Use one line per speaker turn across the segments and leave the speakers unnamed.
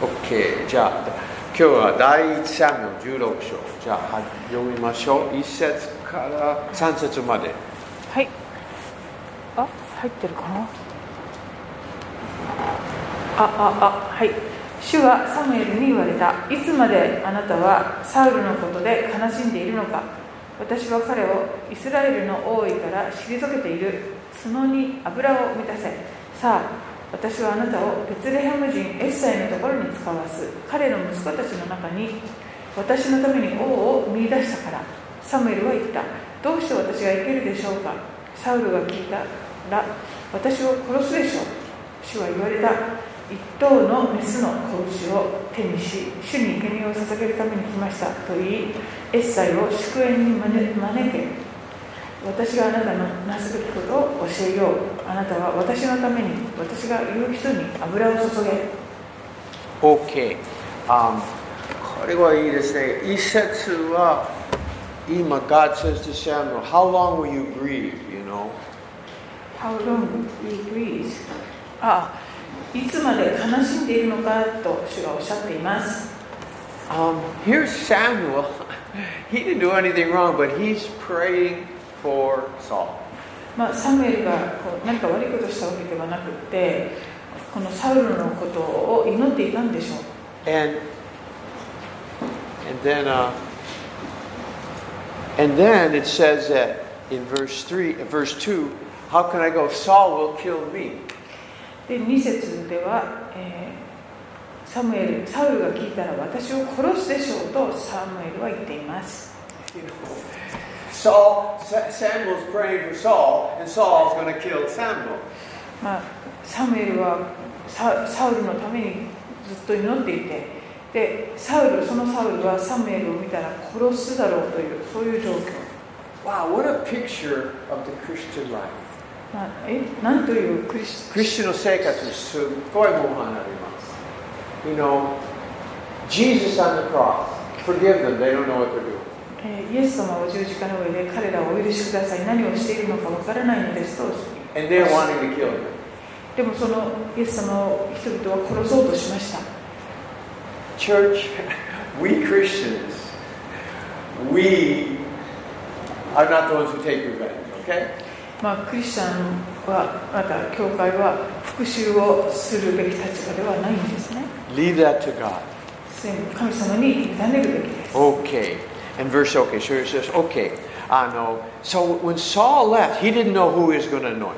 OK じゃあ今日は第一サムの16章じゃあは読みましょう1節から3節まで
はいあ入ってるかなあああはい主はサムエルに言われたいつまであなたはサウルのことで悲しんでいるのか私は彼をイスラエルの王位から退けている角に油を満たせさあ私はあなたをベツレヘム人エッサイのところに使わす彼の息子たちの中に私のために王を見出したからサムエルは言ったどうして私が生けるでしょうかサウルが聞いたら私を殺すでしょう主は言われた一頭のメスの子牛を手にし主に生贄を捧げるために来ましたと言いエッサイを祝宴に招招け私があなたのなすべきことを教えようあなたは私のために私が言う人に油を注げ
OK あこれはいいですね1節は今 God says to Samuel How long will you grieve you know
How long we breathe ああいつまで悲しんでいるのかと主がおっしゃっています
Um, here's Samuel. He didn't do anything wrong, but he's praying for Saul.
まあ、サムエルがこう何か悪いことをしたわけではなくてこのサウルのことを祈っていたんでしょう
And and then uh, and then it says that in verse three, uh, verse two, how can I go? Saul will kill me.
で2節では、えーサムエルサウルが聞いたら私を殺すでしょうとサムエルは言っています
You know, Saul, Sa- Samuel's praying for Saul, and Saul's going to kill Samuel.
まあ、サムエルはササウルのためにずっと祈っていてでサウルそのサウルはサムエルを見たら殺すだろうというそういう状況、
Wow, what a picture of the Christian life.
まあ、えなんというクリス
クリスチャンの生活すっごい模範あります。You know, Jesus on the cross, forgive them, they don't know what they're doing.
えーイエス様は十字架の上で彼らをお許しください何をしているのかわからないのですと
And they're wanting to kill him.
でもそのイエス様を人々は殺そうとしました
Church, we Christians, we are not the ones who take revenge, okay?
まあ、クリスチャンはまた教会は復讐をするべき立場ではないんですね
Leave that to God.
神様に委ねるべきです、
Okay. And verse okay, so it says, okay. I know. So when Saul left, he didn't know who he was going to anoint.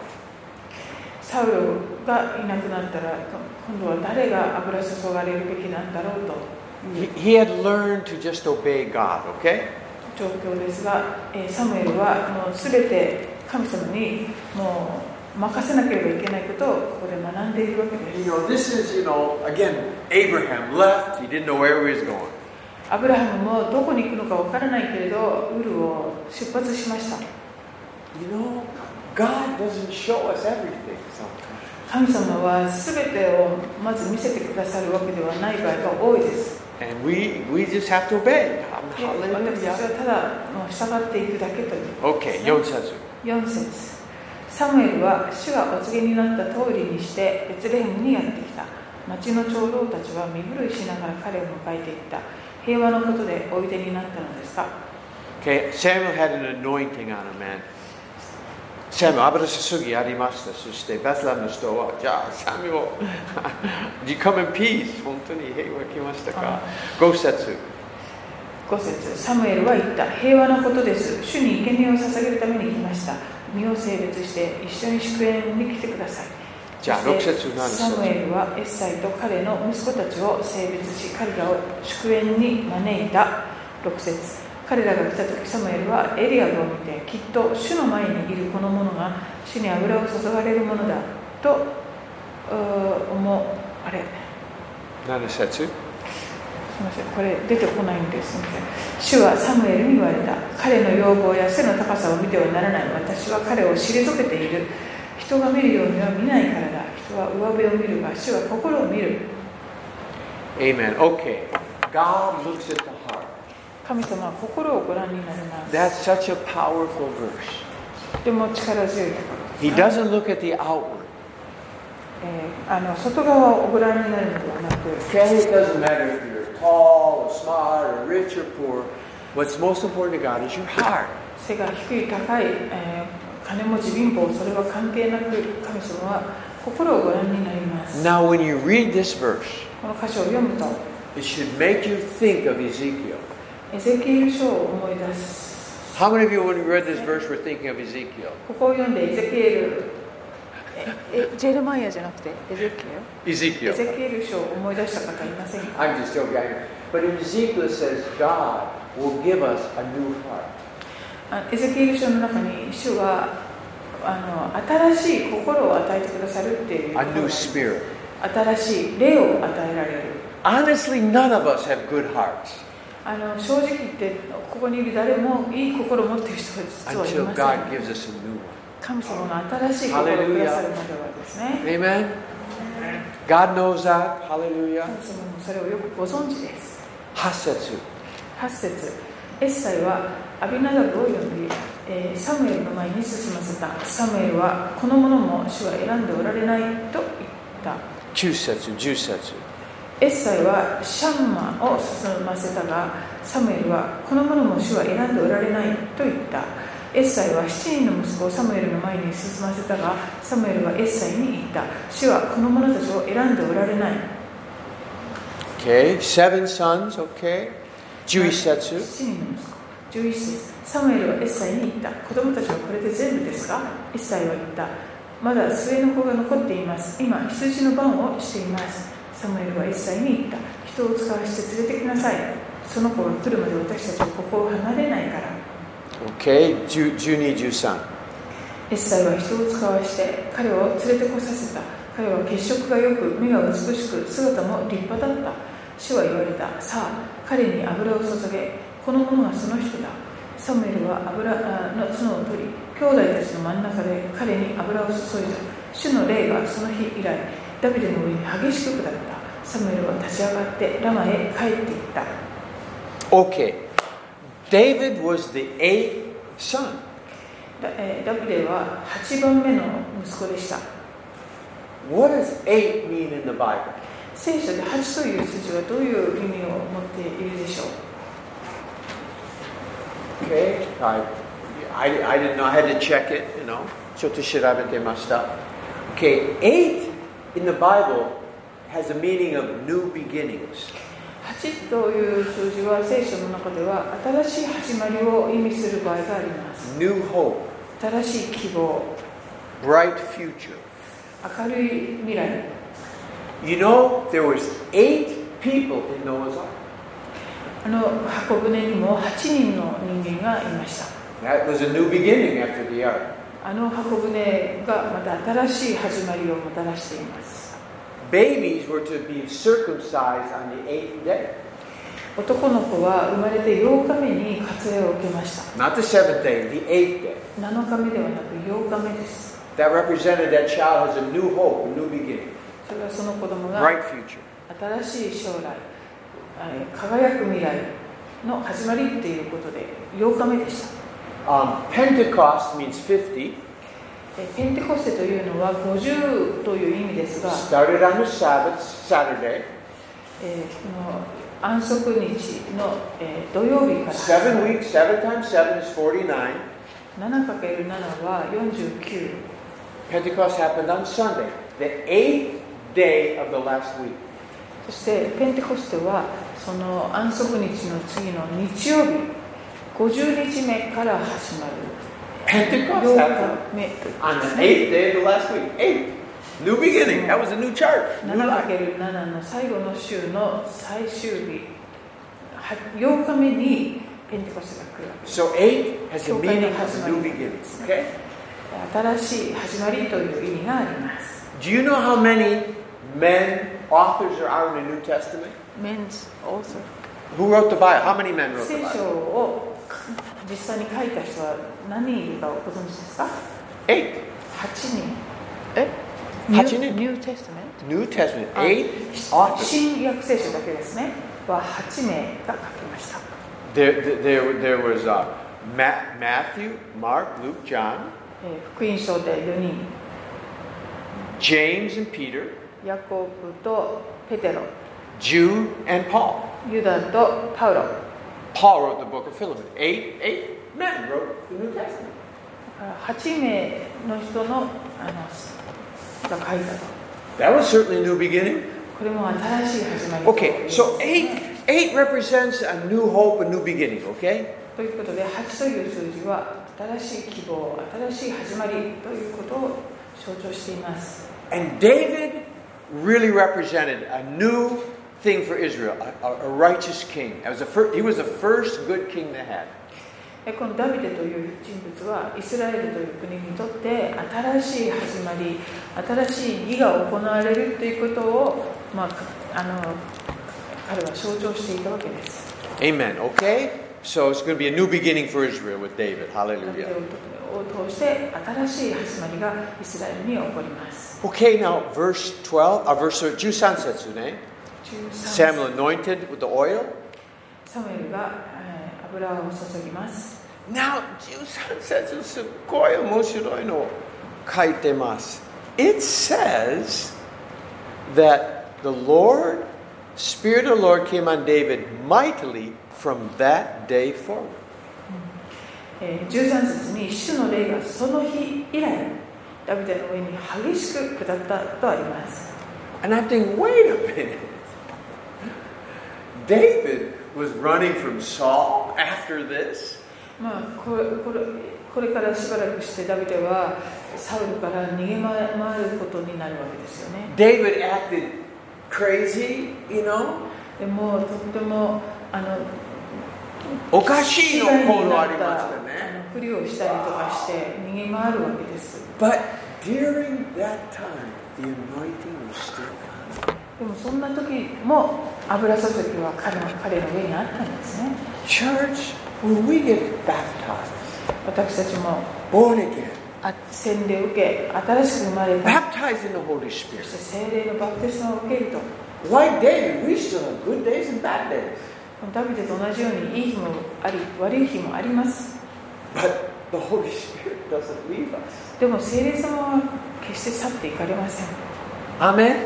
サウルがいなくなったら今度は誰が油注がれるべきなんだろうと
He, he had learned to just obey God, okay?
状況ですが、えーサムエルはもう全て神様にもう任せなければいけないことをここで学んでいるわけで
You
す
know, this is, you know, again, Abraham left. He didn't know where he was going.
アブラハムもどこに行くのかわからないけれどウルを出発しました
You know, God doesn't show us everything sometimes.
神様は全てをまず見せてくださるわけではない場合が多いです。
And we we just have to obey.
で私たちは
Hallelujah.
ただもう従っていくだけという。
Okay, 4節
4節サムエルは主がお告げになった通りにしてベツレヘムにやってきた町の長老たちは身震いしながら彼を迎えていった平和のことでおいでになったのですか
Okay, Samuel had an anointing on him, man. Samuel, ah, 油注ぎありました。そして、ベスラムの人は、じゃあ、サミュエル、you come in peace. 本当に平和来ましたか ?5 節。
5節サムエルは言った平和なことです主に生贄を捧げるために来ました身を性別して一緒に祝宴に来てください
じゃあ
そして
6節7節
サムエルはエッサイと彼の息子たちを性別し彼らを祝宴に招いた6節彼らが来た時サムエルはエリアブを見てきっと主の前にいるこの者が主に油を注がれるものだとうー思うあれ
7節。
すみません、これ出てこないんですみたいな。主はサムエルに言われた。彼の容貌や背の高さを見てはならない。私は彼を退けている。人が見るようには見ないからだ。人は上辺を見るが、主は心を見る。
Amen. Okay. God looks at the heart.
神様は心をご覧になります。
That's such a powerful verse.
とても力強いところ
He
ですね
doesn't look at the outward.
えーあの外側をご覧になるのではなく、
Okay, it doesn't matter if you're tall or smart or rich or poor. What's most important to God is your heart.
背が低い、高い、えー金持ち、貧乏、それは関係なく、神様は心をご覧になります。
Now, when you read this verse,
この箇所を読むと、
it should make you think of Ezekiel.
エゼキエル書を思い出す。
How many of you, when you read this verse, were thinking of Ezekiel?
ここを読んで、エゼキエル、ええジェルマイアじゃなくて、エゼキエ
Ezekiel.
ルエゼキエル書を思い出した方いませんか
I'm just joking. But in Ezekiel it says God will give us a new heart.
あエゼキエル書の中に主はあの新しい心を与えてくださるっていう
A new spirit.
新しい霊を与えられる
Honestly, none of us have good hearts
あの正直言ってここにいる誰もいい心を持っている人は実はい
until
ません
God gives us a new one.
神様の新しい心をくださるまではですね
Amen? God knows that.
神
Hallelujah.
様もそれをよくご存知です
Hasetsu.
8節エッサイはアビナダブを呼び、えーサムエルの前に進ませたサムエルはこの者も主は選んでおられないと言った
Chusetsu. Jusetsu.
エッサイはシャンマを進ませたがサムエルはこの者も主は選んでおられないと言ったエッサイは7人の息子をサムエルの前に進ませたがサムエルはエッサイに言った主はこの者たちを選んでおられない
Okay. Seven sons. Okay.
7
Juisetsu.
人の息子11節サムエルはエッサイに言った子供たちはこれで全部ですかエッサイは言ったまだ末の子が残っています今羊の番をしていますサムエルはエッサイに言った人を使わして連れてきなさいその子が来るまで私たちはここを離れないから
Okay. Ju- Juni Jusan.
エッサイは人を使わして彼を連れてこさせた彼は血色が良く目が美しく姿も立派だった主は言われたさあ彼に油を注げこの者がその人だサムエルは油あの角を取り兄弟たちの真ん中で彼に油を注いだ主の霊がその日以来ダビデの上に激しく下ったサムエルは立ち上がってラマへ帰っていった
Okay. David was the eighth son.
だえーダビデは8番目の息子でした
What does eight mean in the Bible?
聖書で8という数字はどういう意味を持っているでしょう
Okay, I, I, I didn't know, I had to check it, you know. ちょっと調べてました. Okay, eight in the Bible has a meaning of new beginnings.
8という数字は聖書の中では新しい始まりを意味する場合があります
New hope,
新しい希望
bright future.
明るい未来
You know, there was eight people in Noah's Ark.
あの箱舟にも8人の人間がいました
That was a new beginning after the ark.
あの箱舟がまた新しい始まりをもたらしています
Babies were to be circumcised on the eighth day.
男の子は生まれて8日目に割礼を受けました
Not the seventh day, the eighth day.
7日目ではなく8日目です
That represented that child has a new hope, a new beginning,
それはその子供が
bright future.
新しい将来えー輝く未来の始まりっていうことで8日目でした
Um, Pentecost means 50.
えーペンテコステというのは50という意味ですが、
Started on the Sabbath, Saturday.
えーこの安息日の、えー土曜日から
Seven weeks, seven times seven is 49.
7×7 は49
Pentecost happened on Sunday, the eighth day of the last week.
そしてペンテコステはその安息日の次の日曜日50日目から始まる
Pentecost happened
8日目ということで
on
す
the
ね
eighth day of the last week. Eight. New beginning. That was a new chart. New life.
7×7 の最後の週の最終日は8日目にペンテコステが来るわ
So eight has a meaning of a new beginning. Okay?
けです新しい始まりという意味があります
Do you know how many men authors there are in the New Testament?
Men's author
Who wrote the Bible? How many men wrote the
聖
Bible?
書を実際に書いた人は何人いるかご存知ですか
Eight. Eh?
8人え
八人
ニューテストメン
New Testament,
Ah.
eight
ト
authors.
新約聖書だけですねは8名が書きました
There, there, there was uh, Ma- Matthew, Mark, Luke, John,
えー福音書で4人
James and Peter,
ヤコブとペテロ
Jude and Paul.
ユダとパウロ
Paul wrote the book of Philemon. Eight, eight men wrote the New Testament.
8名の人のあのすが書いたと
That was certainly a new beginning.
これも新しい始まり
Okay, so eight, eight represents a new hope, a new beginning, okay?
ということで8という数字は新しい希望新しい始まりということを象徴しています
And David really represented a new thing for Israel, a, a- a righteous king. That was the fir- he was the first good king they had.
えこのダビデという人物はイスラエルという国にとって新しい始まり新しい義が行われるということを、まあか、あの彼は象徴していたわけです
Amen, okay? So it's going to be a new beginning for Israel with David.
ダビデ
Hallelujah.
を通して新しい始まりがイスラエルに起こります。
Okay, now verse 12, uh, verse 13 says, "Sune,
13
Samuel anointed with the oil.
サムエルが、えー油を注ぎます。
Now, 13 says, "すっごい面白いのを書いてます." It says that the Lord, Spirit of the Lord came on David mightily from that day forward.
えー13節に主の霊がその日以来ダビデの上に激しく下ったとあります。
And I think, wait a minute. David was running from Saul after this.
まあこれこれこれからしばらくしてダビデはサウルから逃げ回ることになるわけですよね。
David acted crazy, you know.
でもとってもあの Oh,
おかしいの心ありましたね。
ふりをしたりとかして逃げ回るわけです。
But during that time, the anointing was still on.
でもそんな時も油注ぎは彼の彼の上にあったんですね。
Church, when we get baptized,
私たちも
born again,
あ洗礼を受け、新しく生まれた、
baptized in the Holy
そ
Spirit,
して聖霊のバプテスマを受けると、
like David, we still have good days and bad days.
ダビデと同じようにいい日もあり、悪い日もあります。
But the Holy Spirit doesn't leave us.
でも聖霊様は決して去っていかれません。
Amen.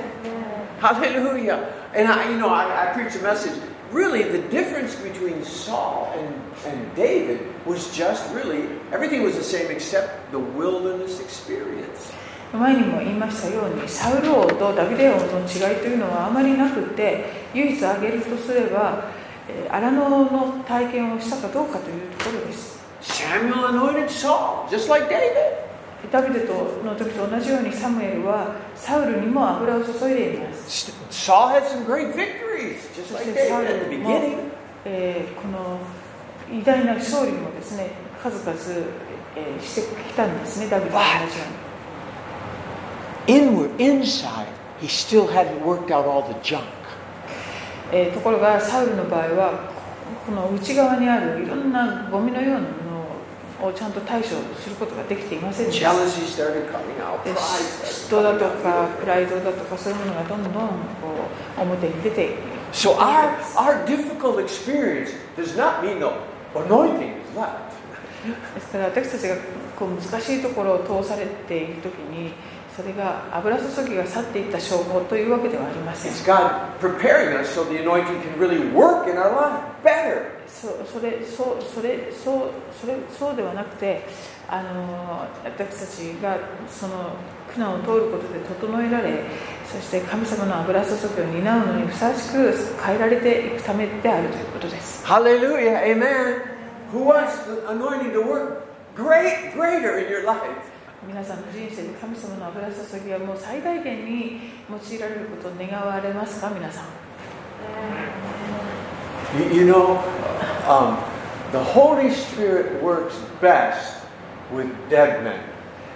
Hallelujah. And I, you know, I, I preach a message. Really, the difference between Saul and, and David was just really everything was the same except the wilderness experience.
前にも言いましたようにサウル王とダビデ王の違いというのはあまりなくて唯一挙げるとすればえー荒野の体験をしたかどうかというところです
Samuel anointed Saul, just like David.
ダビデとの時と同じようにサムエルはサウルにも油を注いでいます
S- Saul had some great victories, just
そ
like
し
David
てサウ
at the
ルも
beginning.、
えーこの偉大な勝利もですね数々、えーしてきたんですねダビデと同じように
Inward, inside, he still hadn't worked out all the junk.
えーところがサウルの場合はここの内側にあるいろんなゴミのようなものをちゃんと対処することができていませんでしたで
Jealousy started coming out.
嫉
Pride started coming
妬だと
out.
かプライドだとかそういうものがどんどんこう表に出ていく
So our our difficult experience does not mean the anointing is left.
ですから私たちがこう難しいところを通されている時にそれが油注ぎが去っていった証拠というわけではありません
It's God preparing us so the anointing can really work in our life better.
そそれそうそれそうそれそうではなくてあの私たちがその苦難を通ることで整えられそして神様の油注ぎを担うのにふさわしく変えられていくためであるということです
Hallelujah, amen. Who wants the anointing to work great greater in your life?
皆さんの人生で神様の油注ぎはもう最大限に用いられることを願われますか皆さん
You, you know, um, the Holy Spirit works best with dead men.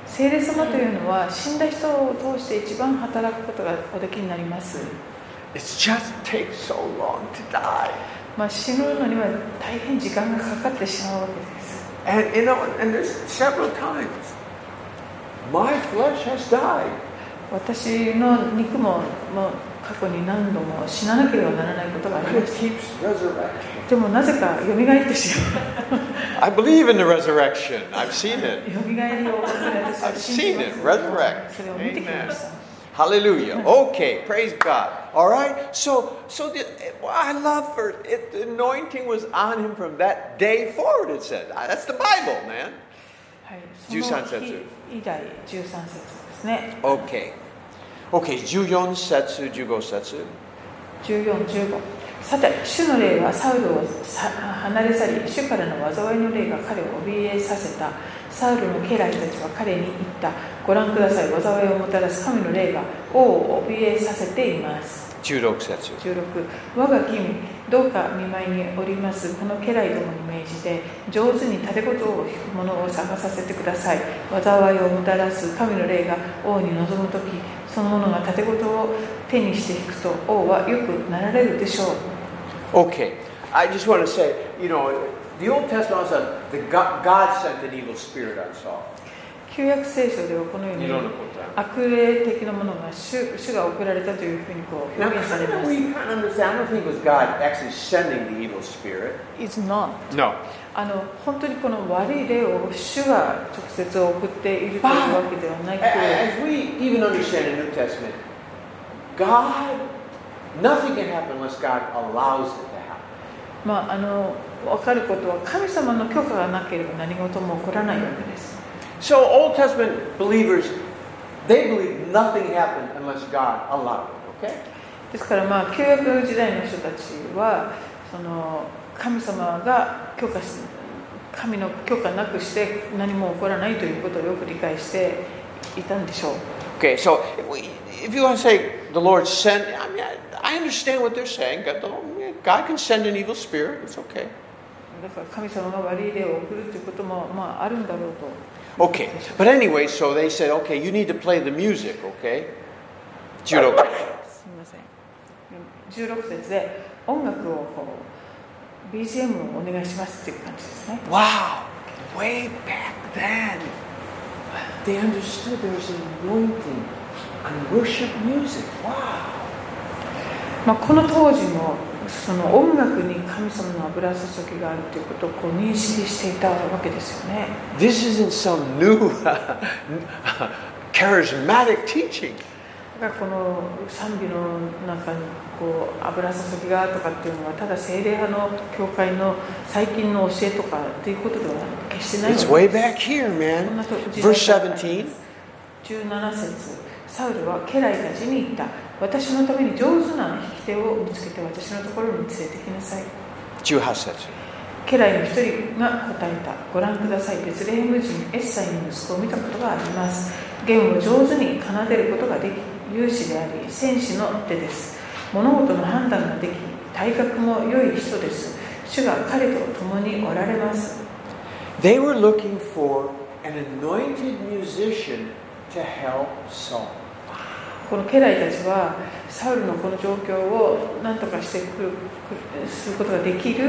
聖霊様というのは死んだ人を通して一番働くことがおできになります
It just takes so long to die.
まあ死ぬのには大変時間がかかってしまうわけです
And you know, and there's several times my flesh has died.
私の肉ももう過去に何度も死ななければならないことがあ
But
りま
it
し
keeps resurrecting.
たでもなぜか蘇ってしま
I believe in the resurrection. I've seen it.
う蘇りを私は信じ
I've seen it
ます
resurrect.
それを見てきました
Hallelujah. Okay, praise God. All right. So, so the, well, I love for it. The anointing was on him from that day forward. It said Ah, that's the Bible, man.
はい、
13
その日
節
以来13節ですね
Okay. Okay. 14 setsu, 15 setsu.
1415さて主の霊はサウルをさ離れ去り主からの災いの霊が彼を怯えさせたサウルの家来たちは彼に言ったご覧ください災いをもたらす神の霊が王を怯えさせています
16 setsu.
16我が君どうか見舞いにおりますこの家来どもに命じて上手に盾事を引く者を探させてください災いをもたらす神の霊が王に臨む時その者が盾事を手にして引くと王はよくなられるでしょう
Okay. I just want to say, you know, the Old Testament says the God, God sent an evil spirit on Saul.
旧約聖書ではこのように
You know the
悪霊的なものが主主が送られたというふうにこう
Now,
表現され
kind
ま
of
す
we kind of understand. I don't think it was God actually sending the evil spirit.
It's not
No.
あの本当にこの悪い霊を主が直接送っているというわけではな
A-
く
a- As we even understand the New Testament, God, nothing can happen unless God allows it to happen.
まあ、あの分かることは神様の許可がなければ何事も起こらないわけです、
So Old Testament believers, they believe nothing happened unless God allowed it. Okay.
ですから、まあ、旧約時代の人たちはその神様が許可し神の許可なくして何も起こらないということをよく理解していたんでしょう
Okay. So if, we, if you want to say the Lord sent, I mean, I, I understand what they're saying. God, the- God can send an evil spirit. It's okay.
だから神様が悪い霊を送るということも、まあ、あるんだろうと
Okay. But anyway, so they said, okay, you need to play the music. Okay. Judo.
すみません16節で音楽をこう BGM をお願いしますっていう感じですね
Wow, way back then, they understood there was an anointing on worship music. Wow.
まあ、この当時もその音楽に神様の油注ぎがあるということをこう認識していたわけですよね
This isn't some new charismatic teaching.
だからこの賛美の中にこう油注ぎがとかっていうのはただ精霊派の教会の最近の教えとかっていうことでは決してないわ
It's
け
way
です
back here,
こん
man.
な時代
Verse 17.
17節サウルは家来たちに言った私のために上手な引き手を見つけて私のところに連れてきなさい
18節
家来の一人が答えた。ご覧ください。ベツレヘム人エッサイの息子を見たことがあります。弦を上手に奏でることができ、勇士であり、戦士の手です。物事の判断ができ、体格も良い人です。主が彼と共におられます。
They were looking for an anointed musician to help Saul.
この家来たちは、サウルのこの状況を何とかしてくるくすることができる、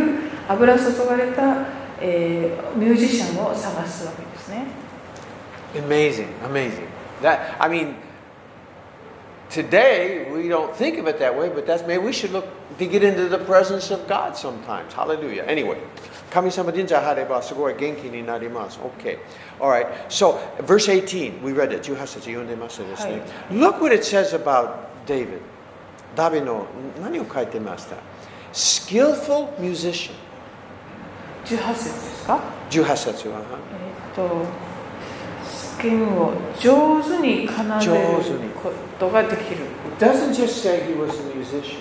油注がれた、えーミュージシャンを探すわけですね。
Amazing, amazing. That I mean, today we don't think of it that way, but that's maybe we should look to get into the presence of God sometimes. Hallelujah. Anyway, 神様神社入ればすごい元気になります。Okay. All right. So verse 18, we read it. 18節読んでましたですね。Look what it says about David. ダビの何を書いてました ?Skillful musician.
18節ですか
18節は。
えっと、スキンを上手に奏
上
で
手に
ることができる。
It doesn't just say he was a musician.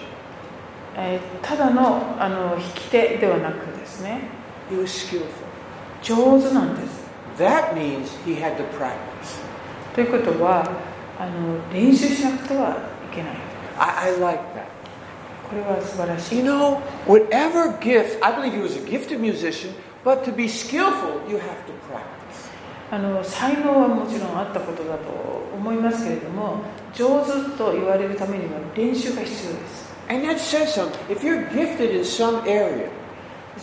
えーただのあの引き手ではなくですね、
He was skillful.
上手なんです。
That means he had to practice.
ということは、あの練習しなくてはいけない。
I, I like that.
これは素晴らし
You
い。
know, whatever gift, I believe he was a gifted musician, but to be skillful, you have to practice.
あの才能はもちろんあったことだと思いますけれども、上手と言われるためには練習が必要です。
And that says something. If you're gifted in some area,
で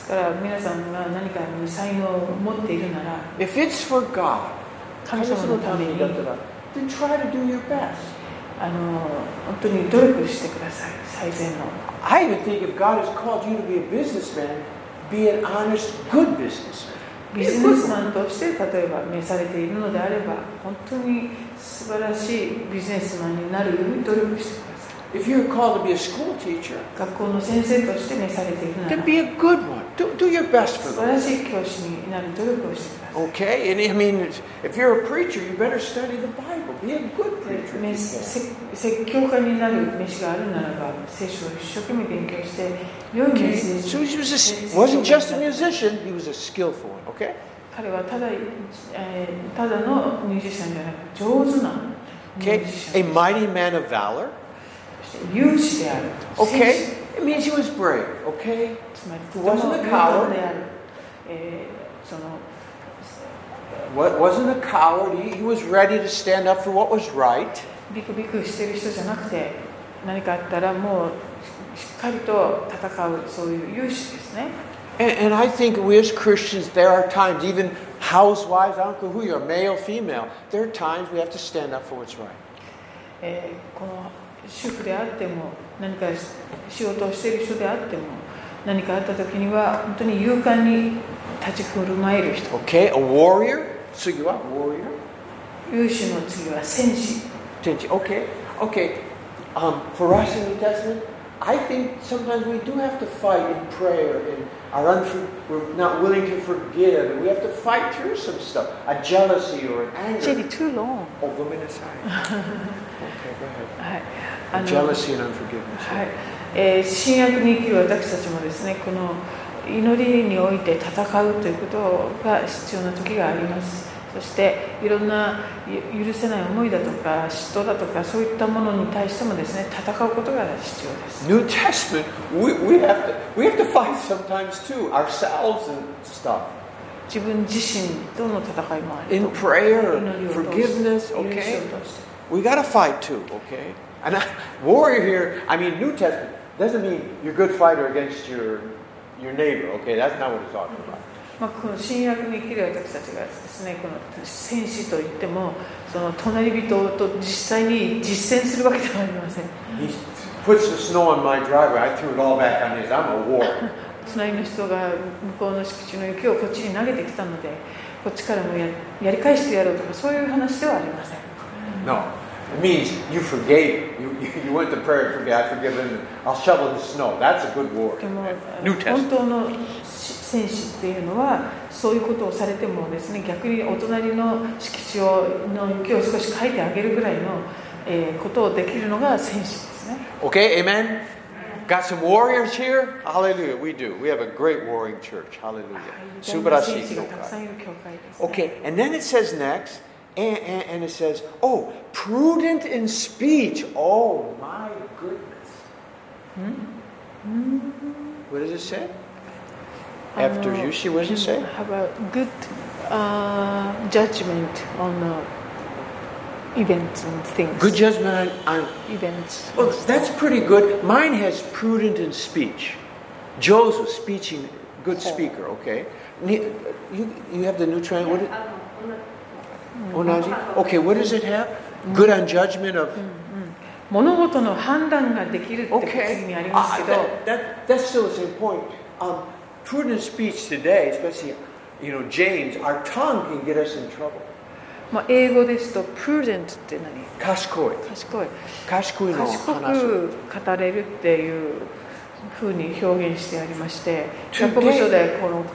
すから皆さんが何かあの才能を持っているなら、
if it's for God,
神様のために。
then try to do your best.
あの本当に努力してください最善の
I even think if God has called you to be a businessman, be an honest, good businessman.
ビジネスマンとして例えば召されているのであれば本当に素晴らしいビジネスマンになるように努力してくださ
If you're called to be a school teacher,
い学校の先生として召されていくな
then
ら
be a good one. Do, do your best for
素
them.
晴らしい教師になる努力をしてください
Okay, and I mean, if you're a preacher, you better study the Bible. Be a good preacher.
めせ説教家になる飯があるならば聖書を一生懸命勉強して良いメッ
Okay,
セージ
so he was a, wasn't just a musician; he was a skillful one. Okay,
彼はただ,、えーただのミュージシャンじゃなく上手なミュ
okay,
ージシャ
a
ン
mighty man of valor.
そして勇士である
Okay, it means he was brave. Okay,
つまり
Who
とても
wasn't a
勇
coward.
敢である、えーその
Wa- wasn't a coward. He, he was ready to stand up for what was right.
ビクビクしてる人じゃなくて何かあったらもうししっかりと戦うそういう勇士ですね
And, and I think we as Christians, there are times, even housewives, I don't care who you are, male, female, there are times we have to stand up for what's right.
えーこの主婦であっても何かし仕事をしている人であっても何かあった時には本当に勇敢に立ち振る舞える人
Okay, a warrior. So you are a warrior.
勇士の次は戦士
Did you? Okay, okay. Um, for us in the New Testament, I think sometimes we do have to fight in prayer and our unfor- we're not willing to forgive. And we have to fight through some stuff, a jealousy or an anger.
too long
Oh, women aside. okay, go ahead.
はいあの
jealousy and unforgiveness.
はいえー新約に生きる私たちもですねこの祈りにおいて戦うということが必要な時がありますそしていろんなゆ許せない思いだとか嫉妬だとかそういったものに対してもですね戦うことが必要です
New Testament, we, we have to we have to fight sometimes too, ourselves and stuff.
自分自身との戦いもある
In
と
prayer,
祈りを通して
forgiveness,
許し
okay?
を通して
We got to fight too, okay? And I, warrior here, I mean, New Testament doesn't mean you're a good fighter against your your neighbor, okay? That's not what it's talking about.
まあ、この新約に生きる私たちがですねこの戦士といってもその隣人と実際に実践するわけではありません
He puts the snow on my driveway. I threw it all back on his. I'm a warrior.
隣の人が向こうの敷地の雪をこっちに投げてきたのでこっちからもややり返してやろうとかそういう話ではありません
No, it means you forgave. You, you, you went to prayer and forgave. I forgive him. I'll shovel the snow. That's a good
で
warrior.
も
New
本
Testament.
当の戦士っていうのはそういうことをされてもですね逆にお隣の敷地をの雪を少しかいてあげるぐらいの、えーことをできるのが戦士ですね
Okay, amen. Got some warriors here? Hallelujah. We do. We have a great warring church. Hallelujah.
偉大な戦
Subarashi
士がたくさんいる教会です、ね
Okay, and then it says next, and, and, and it says, oh, prudent in speech. Oh my goodness. What does it say?
あの
After you, she wasn't say?
Have a good uh, judgment on uh, events and things.
Good judgment on. on
events.
well, that's pretty good. Mine has prudent in speech. Joe's was speaking, good speaker, okay? Ni- You, you have the new trans. What it, onaji? Okay, what does it have? Good on judgment of.
物事の判断ができるって次
Okay.
にあります
Ah,
けど、
that, that, that's still the same point. Um, prudent speech today, especially, you know, James, our tongue can get us in trouble.
まあ、英語ですと prudent って何
Kashkoi.
賢い
Kashkoi no
賢
hanasu.
く語れるっていうふうに表現してありまして
ちょ
ヤコブ書でこの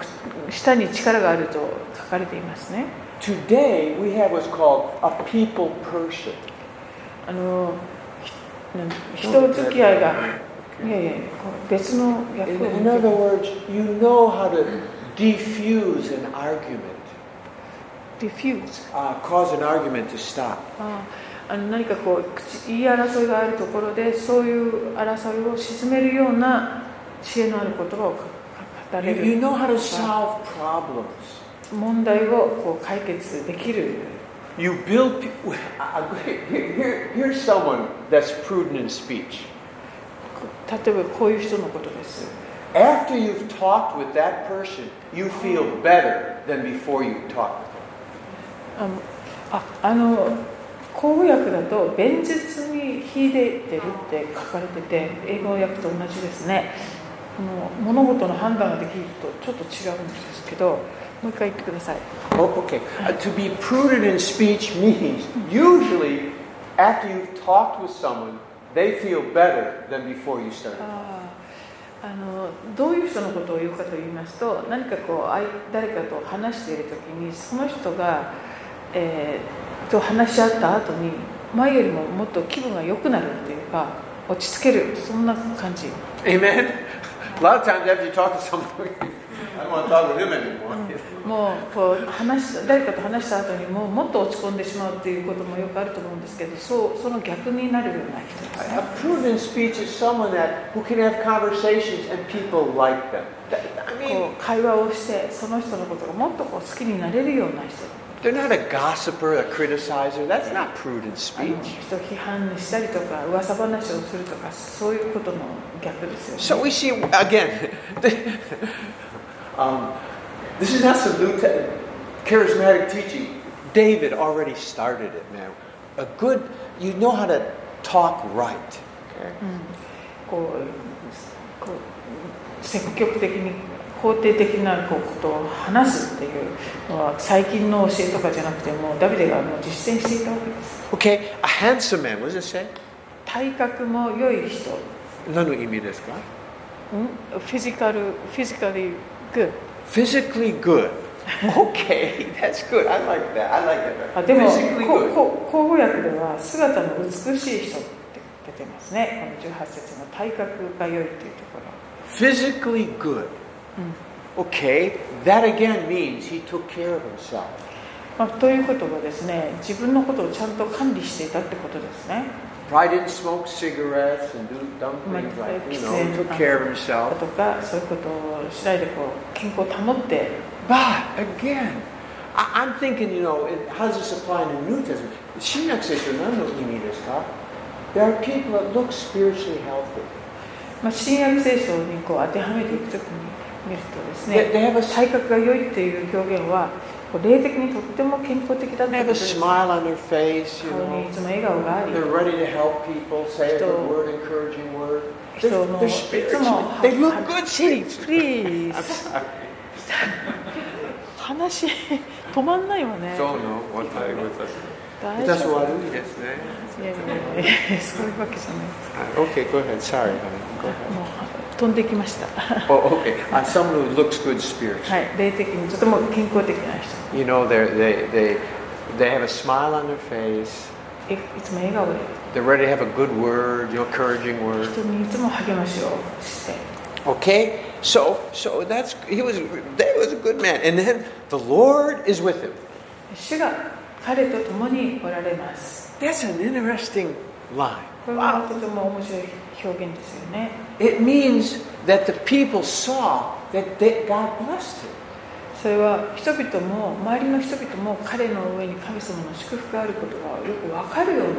舌に力があると書かれていますね
Today, we have what's called a people person.
あのひ人付き合いがいやいやこう別の
In,
役を
in other words, you know how to defuse an argument,
diffuse
uh, cause an argument to stop.
ああの何かこう口言い争いがあるところでそういう争いを鎮めるような知恵のある言葉をかか語
You,
れ
you
る
know how to solve problems.
問題をこう解決できる
You build. pe- I- I- Here, here- here's someone that's prudent in speech.
こ例えばこういう人のことです
After you've talked with that person, you feel better than before you talked.
あのああの口語訳だと「弁舌に秀でてる」って書かれてて英語訳と同じですねこの物事の判断ができるとちょっと違うんですけどもう一回言ってください
Oh, okay. Uh, to be prudent in speech means usually after you've talked with someone, they feel better than before you started.
あーあのどういう人のことを言うかと言いますと何かこうあい誰かと話している時にその人が、えーと話し合った後に前よりももっと気分が良くなるっていうか落ち着けるそんな感じ
Amen? A lot of times after you talk to someone, I don't want to talk with him anymore.
もうこう話し誰かと話した後にもうもっと落ち込んでしまうっていうこともよくあると思うんですけどそうその逆になるような人ですね
A prudent speech is someone that who can have conversations and people like them. That- I
こ
mean,
う会話をしてその人のことがもっとこう好きになれるような人
they're not a gossiper, a criticizer. That's not prudent
あの
speech.
人を批判したりとか噂話をするとかそういうことの逆です
So
よね
we see again. um, this is not some new te- charismatic teaching. David already started it, man. A good, you know how to talk right. okay?
こうこう積極的に肯定的なこうことを話すっていうのは最近の教えとかじゃなくてもうダビデがもう実践していたわけです
Okay, a handsome man. What does it say?
体格も良い人ん
何の意味ですか？
フィジカルフィジカルグ
Physically good. Okay, that's good. I like that. I like that.
あでも
Physically
こ
good.
こ口語訳では姿の美しい人って出てますねこの18節の体格が良いっていうところ
Physically good. Okay, that again means he took care of himself.
まあ、ということはですね自分のことをちゃんと管理していたってことですね
Probably didn't smoke cigarettes and do dumb things
Like,
like, you
uh,
know,
kids
took
and-
care of
だ
himself.
とかそういうことをしないでこう健康を保って
But again, I, I'm thinking, you know, it, how does this apply in the New Testament? 新約聖書何の意味ですか There are people that look spiritually healthy.
まあ、新約聖書にこう当てはめていくときに見るとです
They,
ね
they have a
体格が良いっていう表現はこう霊的にとっても健康的だって
They
こと
have
で
a
す
smile on their face, you
顔にい
know.
つも笑顔があり
They're ready to help people, say a good
Still-
word, encouraging word.
人
They're,
も
they're
いつ
spiritually.
も
They look good, see.
Please 話 止まんないわね
know what I was.
大丈
That's
夫
what I do, yes, man.
いやいやいやいやそういうわけじゃない
Uh, Okay, go ahead. Sorry, honey. Go
もう飛んできました。は
ahead. Oh, okay. Uh, someone who looks good spiritually.
い、霊的にとても健康的な人。
You know, they're, they, they, they have a smile on their face.
えいつも笑顔で
They're ready to have a good word, encouraging word.
人にいつも励ましをして。
Okay, so so that's he was that was a good man, and then the Lord is with him.
主が彼と共におられます。
That's an interesting line.
これは
Wow.
とても面白い表現ですよね。
It means that the people saw that they, God blessed him.
それは人々も周りの人々も彼の上に神様の祝福があることがよくわかるような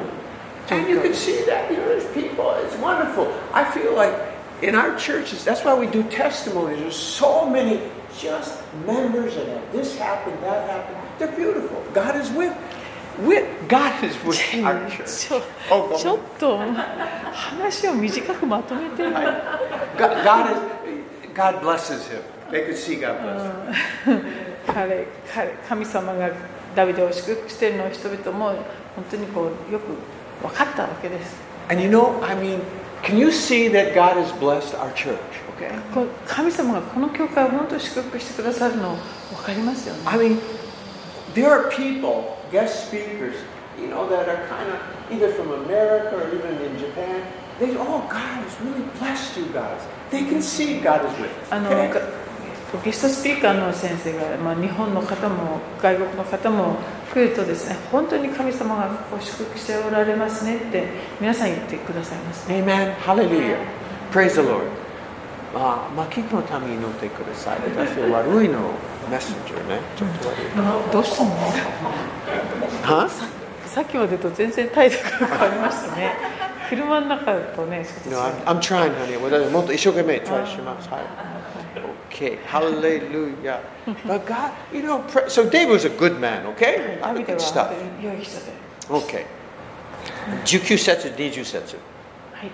状
And you
況
can
です
see that here is people. It's wonderful. I feel like in our churches, that's why we do testimonies. There's so many just members of that. This happened, that happened. They're beautiful. God is with. With God is with our church.
ちょ
Oh, go
ちょっと話を短くまとめて
God, God, is, God blesses him. They could see God bless him.
彼彼神様がダビデを祝福しているのを人々も本当にこうよく分かったわけです
And you know, I mean, can you see that God has blessed our church? Okay.
こう神様がこの教会を本当に祝福してくださるの分かりますよね
I mean, there are people, guest speakers, you know, that are kind of either from America or even in Japan. They, oh, God has really blessed you guys. They can see God is with
あの
Okay?
がゲストスピーカーの先生が、まあ、日本の方も外国の方も来るとですね本当に神様がこう祝福しておられますねって皆さん言ってくださいますね
Amen. Hallelujah. Praise the Lord. Uh, まあ、マキのために祈ってください。私は悪いのメッセンジャーね。ちょっと悪い。
どうしたのさっきまでと全然態度が変わりましたね車の中だとねちょっと違
No,
う
I'm, I'm trying, honey. もっと一生懸命 try します。はい。Okay, hallelujah. But God, you know, pray, so David was a good man, okay?
ダビ
Good
デは
stuff.
本当に良い人で、
Okay. 19節、20節。
はい、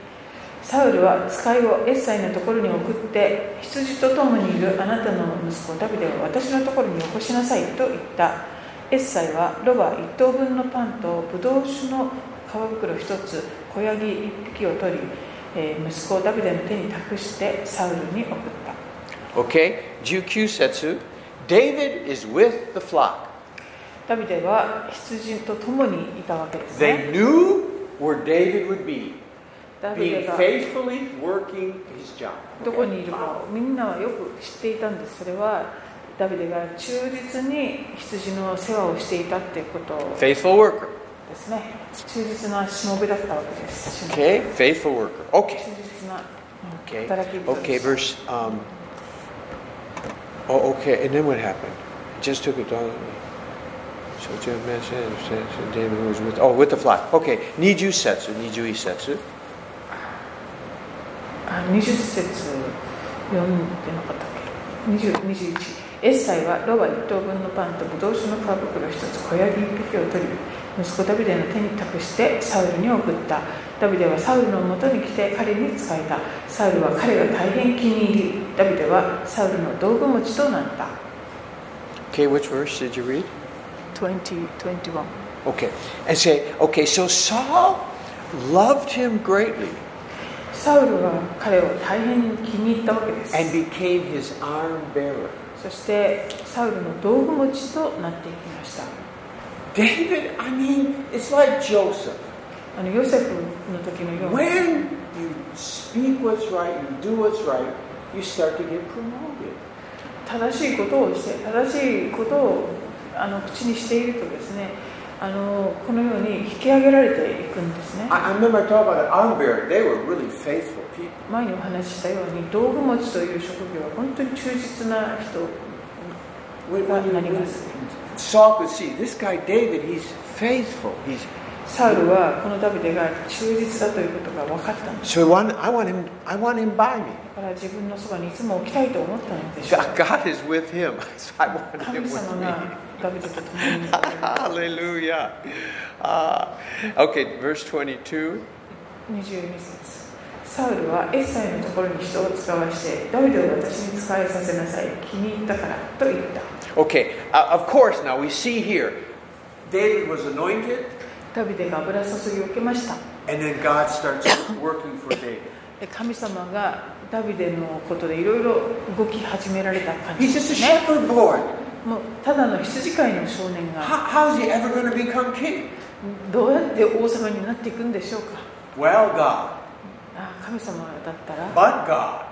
サウルは使いをエッサイのところに送って羊と共にいるあなたの息子ダビデを私のところによこしなさいと言ったエッサイはロバ1等分のパンとブドウ酒の皮袋1つ小ヤギ1匹を取り、えー息子ダビデの手に託してサウルに送った
Okay, Jukyu Setsu. David is with the flock.
ダビデは羊と共にいたわけですね
They knew where David would be,
ダビデ
being
が
faithfully working his job.
どこにいるかをみんなはよく知っていたんですそれはダビデが忠実に羊の世話をしていたっていうことを
Faithful worker.
ですね忠実なしもべだったわけです忠
Okay, faithful worker. Okay.
実な
Okay.
働き人
Okay,
です
verse. Um, oh, okay. And then what happened? It just took it all. So Jim mentioned so David was with. Oh, with the flock. Okay. Niju setsu. Niju isetsu.
あ20節読んでなかったっけ20 21エッサイはロバ1等分のパンとブドウ酒の皮袋1つ小ヤギ1匹を取り息子ダビデの手に託してサウルに送ったダビデはサウルのもとに来て彼に仕えたサウルは彼が大変気に入りダビデはサウルの道具持ちとなった
Okay, which verse did you read?
2021
Okay. And say, okay, so Saul loved him greatly
サウルは彼を大変気に入ったわけです
and became his arm bearer.
そしてサウルの道具持ちとなっていきました
David, I mean, it's like Joseph.
あのヨセフの時のように
When you speak what's right, you do what's right, you start to get promoted.
正しいことをして正しいことをあの口にしているとですねあのこのように引き上げられていくんですね
I, I remember I talked about an arm bearer. They were really faithful people.
前にお話ししたように道具持ちという職業は本当に忠実な人
When,
が
when
なり
you,
ま
when
す
Saul could see this guy David, he's faithful. He's
サウルはこのダビデが忠実だということが分かったんです
so he want, I want him. I want him by me.
だから自分のそばにいつも置きたいと思ったのでしょう
God, God is with him. So I want
神
him
様
with
が
me.
ダビデと共に
Hallelujah. Ah, okay, verse 22.
22節サウルはエッサイのところに人を使わしてダビデを私に使えさせなさい気に入ったからと言った
Okay, uh, of course. Now we see here, David was anointed.
ダビデが油注ぎを受けました
And then God starts working for David.
で神様がダビデのことでいろいろ動き始められた感じ
He's
で
just a
すね
shepherd boy.
もうただの羊飼いの少年が
How, how is he ever going to become king?
どうやって王様になっていくんでしょうか
Well, God,
ああ神様だったら
but God.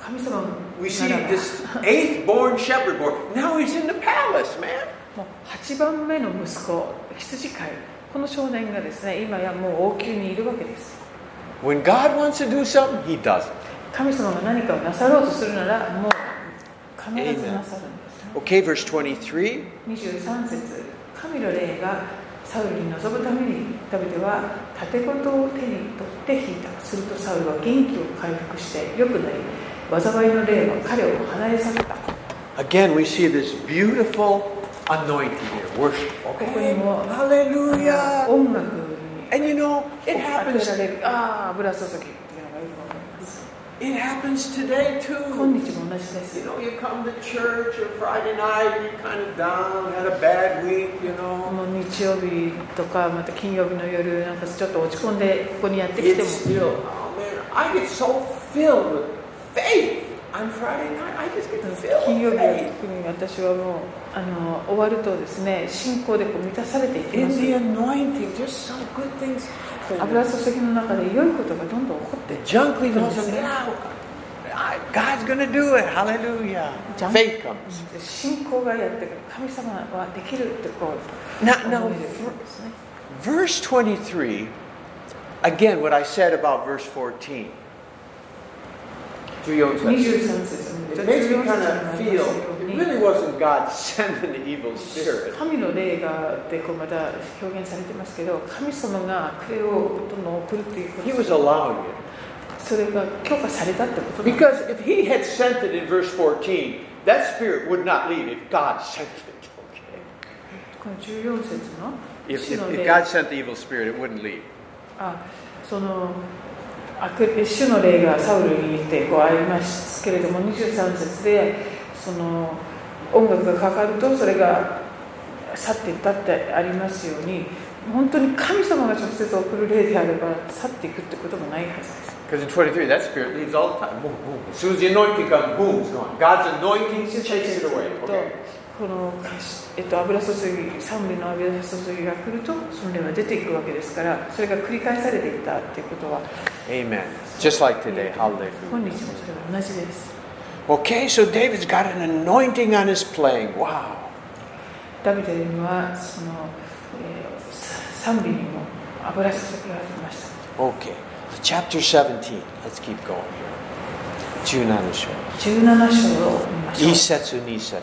神様なら
We see
ば
this eighth born shepherd boy. Now he's in the palace, man.
もう8番目の息子羊飼いこの少年がですね今やもう王宮にいるわけです
When God wants to do something, he does it.
神様が何かをなさろうとするならもう必ずなさるんです、ね、
Okay, verse 23.
23節神の霊がサウルに臨むためにダビデは盾事を手に取って引いたするとサウルは元気を回復して良くなり災いの霊は彼を離れ去った
Again, we see this beautiful anointing here. Worship. Okay. Oh.
Wow.
Hallelujah.
音楽に
And you know, it
当
happens.
てられるああ油注ぎっていうのがよくわかります
It happens today
今
too.
日も同じです
You know, you come to church or Friday night and you're kind of down, had a bad week, you know.
もう日曜日とかまた金曜日の夜なんかちょっと落ち込んでここにやってきて
It's
も
still, oh man, I get so filled with faith on Friday night. I just get filled
金曜
with
日は
faith
特に私はもうあの終わるとですね信仰でこう満たされていき
in
ま
the
す
anointing. Just so good things happen.
油注ぎの中で良いことがどんどん起こって
The junk leaves us now. I- God's going to do it. Hallelujah.
Junk?
Faith comes.
信仰がやってくる神様はできるってこう
Now,
思
now
えるん
ver-
ですね
verse 23, again, what I said about verse 14.
23節の
It makes me
14
kind
節
of
にあ
feel it
りますように
really wasn't God sending the evil spirit.
神の霊がでこうまた表現されてますけど神様がこれをどんどん送るっていうこ
He
と
was allowing it.
それが許可されたってことなんです
Because if he had sent it in verse 14, that spirit would not leave if God sent it. Okay.
この14節の
If,
主
if,
の
if
霊
God sent the evil spirit, it wouldn't leave.
あその悪主の霊がサウルに言ってこうありますけれども23節でその音楽がかかるとそれが去っていったってありますように本当に神様が直接送る霊であれば去っていくってこともないはずです
Because in 23, that spirit leaves all the time. Boom, boom. As soon as the anointing comes, boom, it's gone. God's anointing chases it away.
と
Okay.
この、えっと、油注ぎ賛美の油注ぎが来るとその霊は出ていくわけですからそれが繰り返されていったっていうことは
Amen. Just like today.
今
Hallelujah.
日もそれは同じです
Okay, so David's got an anointing on his playing. Wow.
ダビデにはその、えーさ賛美にも油注ぎがありました
Okay. Chapter 17. Let's keep going here. 17章。
17章を見ましょう
一節、二節。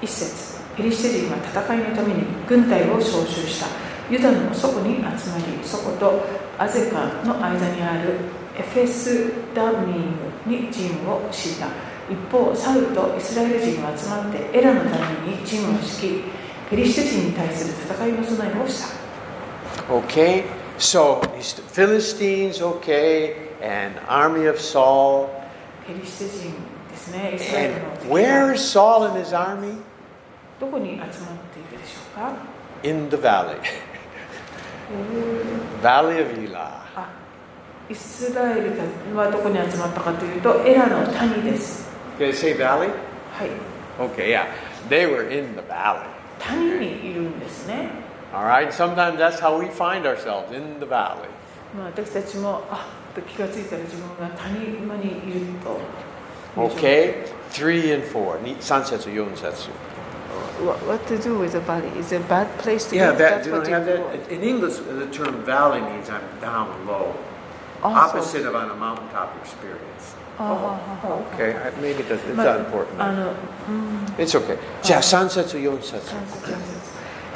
一節ペリシテ人は戦いのために軍隊を招集したユダの祖庫に集まり祖庫とアゼカの間にあるエフェスダミングに陣を敷いた一方サウルとイスラエル人は集まってエラのために陣を敷きペリシテ人に対する戦いの備えをした
Okay, so he's the Philistines, okay, an army of Saul.
ペリシテ人ですねイスラエ
And
ルの敵
where
が
is Saul and his army?
どこに集まっているでしょうか
In the valley,
えー
valley of Elah.
あイスラエルはどこに集まったかというとエラの谷です
Did I say valley?
はい
Okay, yeah. They were in the valley.
谷にいるんですね、
All right, sometimes that's how we find ourselves in the valley.
まあ、私たちもあっと気がついたら自分が谷間にいると
Okay, three and four. Ni- Sansetsu, yonsetsu.
What, what to do with the body? Is it a bad place to
Yeah,
be?
that,
That's
you
what
don't have
you
that? In English, the term valley means I'm down low.
Also.
Opposite of on a mountaintop experience.
ああ
Okay, I- maybe it doesn't. It's
まあ
not important.
あの、うん、
It's okay. Yeah, sansetsu, yonsetsu.
三節四節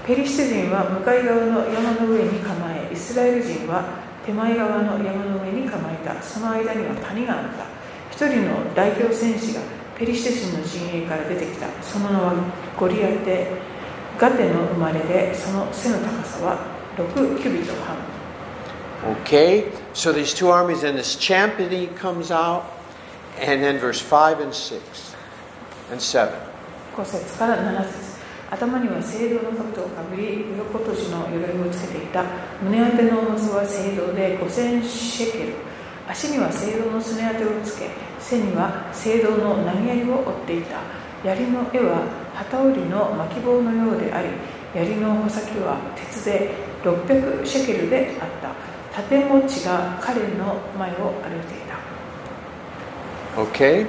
ペリシテ人は向かい側の山の上に構えイスラエル人は手前側の山の上に構えたその間には谷があった一人の代表戦士がペリシテ人の陣営から出てきたその名はゴリアテガテの生まれでその背の高さは6キュビット半
Okay, so these two armies, and this champion comes out, and then verse 5 and 6 and 7.
5節から7節頭には聖堂の兜をかぶり鱗とじの鎧をつけていた胸当ての重さは聖堂で5000シェケル足には聖堂のすね当てをつけ背には聖堂の投げ槍を折っていた槍の絵は旗織りの巻き棒のようであり槍の穂先は鉄で600シェケルであった盾持ちが彼の前を歩いていた
Okay?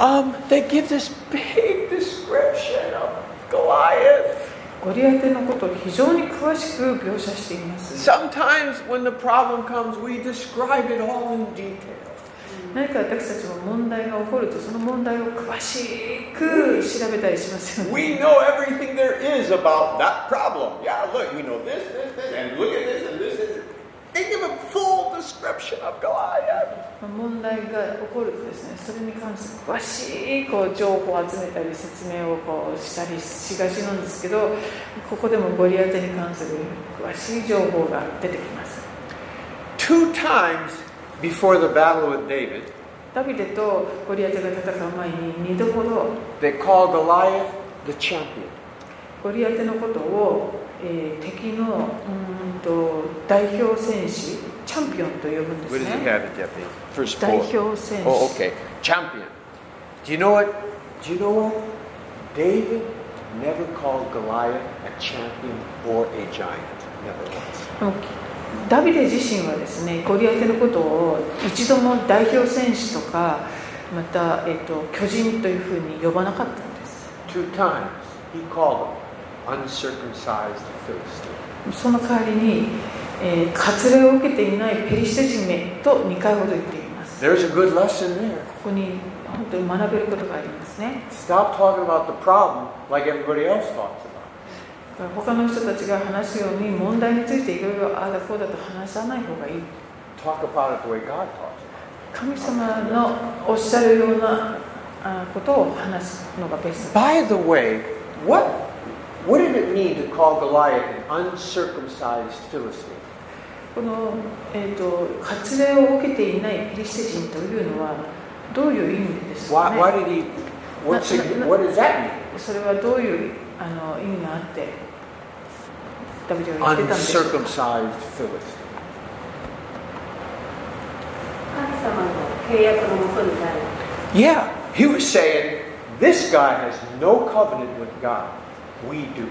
Um, they give this big description of Goliath.
ゴリアテのことを非常に詳しく描写しています
Sometimes when the problem comes, we describe it all in detail.
何か私たちも問題が起こるとその問題を詳しく調べたりしますよね
We know everything there is about that problem. Yeah, look, we know this, this, this, and look at this, and this, this. They give a full description of Goliath.
問題が起こるとですねそれに関して詳しいこう情報を集めたり説明をこうしたりしがちなんですけどここでもゴリアテに関する詳しい情報が出てきます
Two times before the battle with David,
ダビデとゴリアテが戦う前に2度ほど
they call Goliath the champion.
ゴリアテのことを、えー敵のうーんと代表戦士チャンピオンと呼ぶんで
What
す
does he
ね
have in Japanese? First
代
four.
表選手、
Oh, okay. Champion. Do you know what? Do you know what? David never called Goliath a champion or a giant. Never once.
でもダビデ自身はですねゴリアテのことを一度も代表選手とかまた、えっと巨人というふうに呼ばなかったんです
Two times he called him uncircumcised Philistine.
その代わりに、えー割礼を受けていないペリシテ人めと2回ほど言っています
There's a good lesson there.
ここに本当に学べることがありますね
Stop talking about the problem like everybody else talks about.
だから他の人たちが話すように問題についていろいろああだこうだと話さない方がいい
Talk about it the way God talks about it.
神様のおっしゃるようなあことを話すのがベスト
By the way, what what did it mean to call Goliath an uncircumcised Philistine?
ゴこの、えー、と割礼を受けていないキリステ人というのはどういう意味ですか、
Why,
ね、
why did he? What's
No,
it-
no, no.
what does that mean?
それはどういうあの意味があってダビデは言ってたんでしょうか
Uncircumcised Philistine.
神様の契約のもとになる
Yeah, he was saying, this guy has no covenant with God. We do.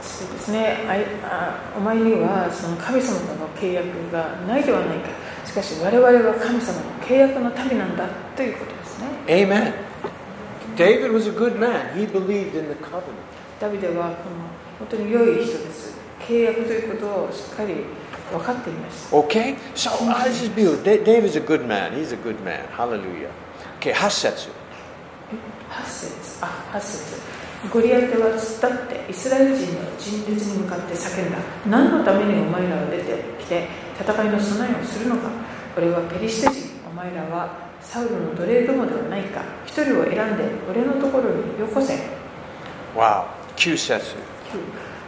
そうですねあいあお前にはその神様との契約がないではないかしかし我々は神様の契約の民なんだということですね
Amen. David was a good man. He believed in the covenant.
ダビデはこの本当に良い人です契約ということをしっかり分かっていました
Okay? So uh, this is beautiful. Da- David's a good man. He's a good man. Hallelujah. Okay, Hasetsu.
8節あ8節ゴリアテは突っ立ってイスラエル人の人列に向かって叫んだ何のためにお前らは出てきて戦いの備えをするのか俺はペリシテ人お前らはサウルの奴隷どもではないか一人を選んで俺のところによこせ
Wow. Kyusetsu.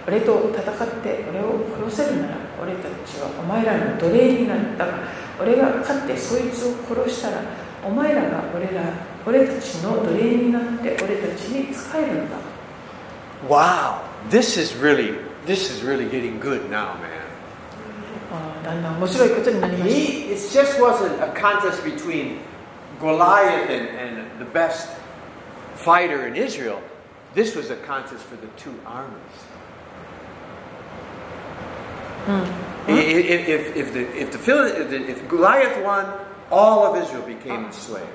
俺と戦って俺を殺せるなら俺たちはお前らの奴隷になるだが俺が勝ってそいつを殺したらお前らが俺ら俺たちの奴隷になって俺たちに仕えるのだ
Wow. This is really this is really getting good now, man.
あーだんだん面白いことになりまし
He, it just wasn't a contest between Goliath and, and the best fighter in Israel. This was a contest for the two armies.
た、うん
I- i- If, if, if, the, if, the, Phil- if the- if Goliath won, all of Israel became slaves.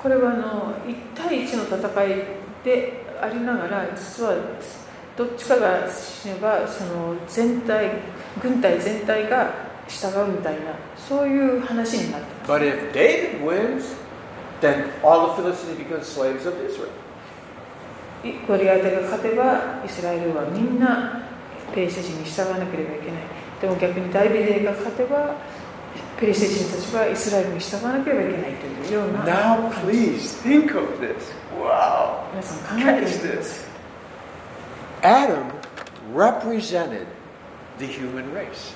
これはあの1対1の戦いでありながら実はどっちかが死ねばその全体軍隊全体が従うみたいなそういう話になってます
But if David wins, then all the Philistines become slaves of Israel.
いゴリアテが勝てばイスラエルはみんなペリシテ人に従わなければいけないでも逆にダビデが勝てばペリシテ人たちはイスラエルに従わなければいけないというような
Now, please think of this. Wow.
皆さん考え
Catch
てみてください
this. Adam represented the human race.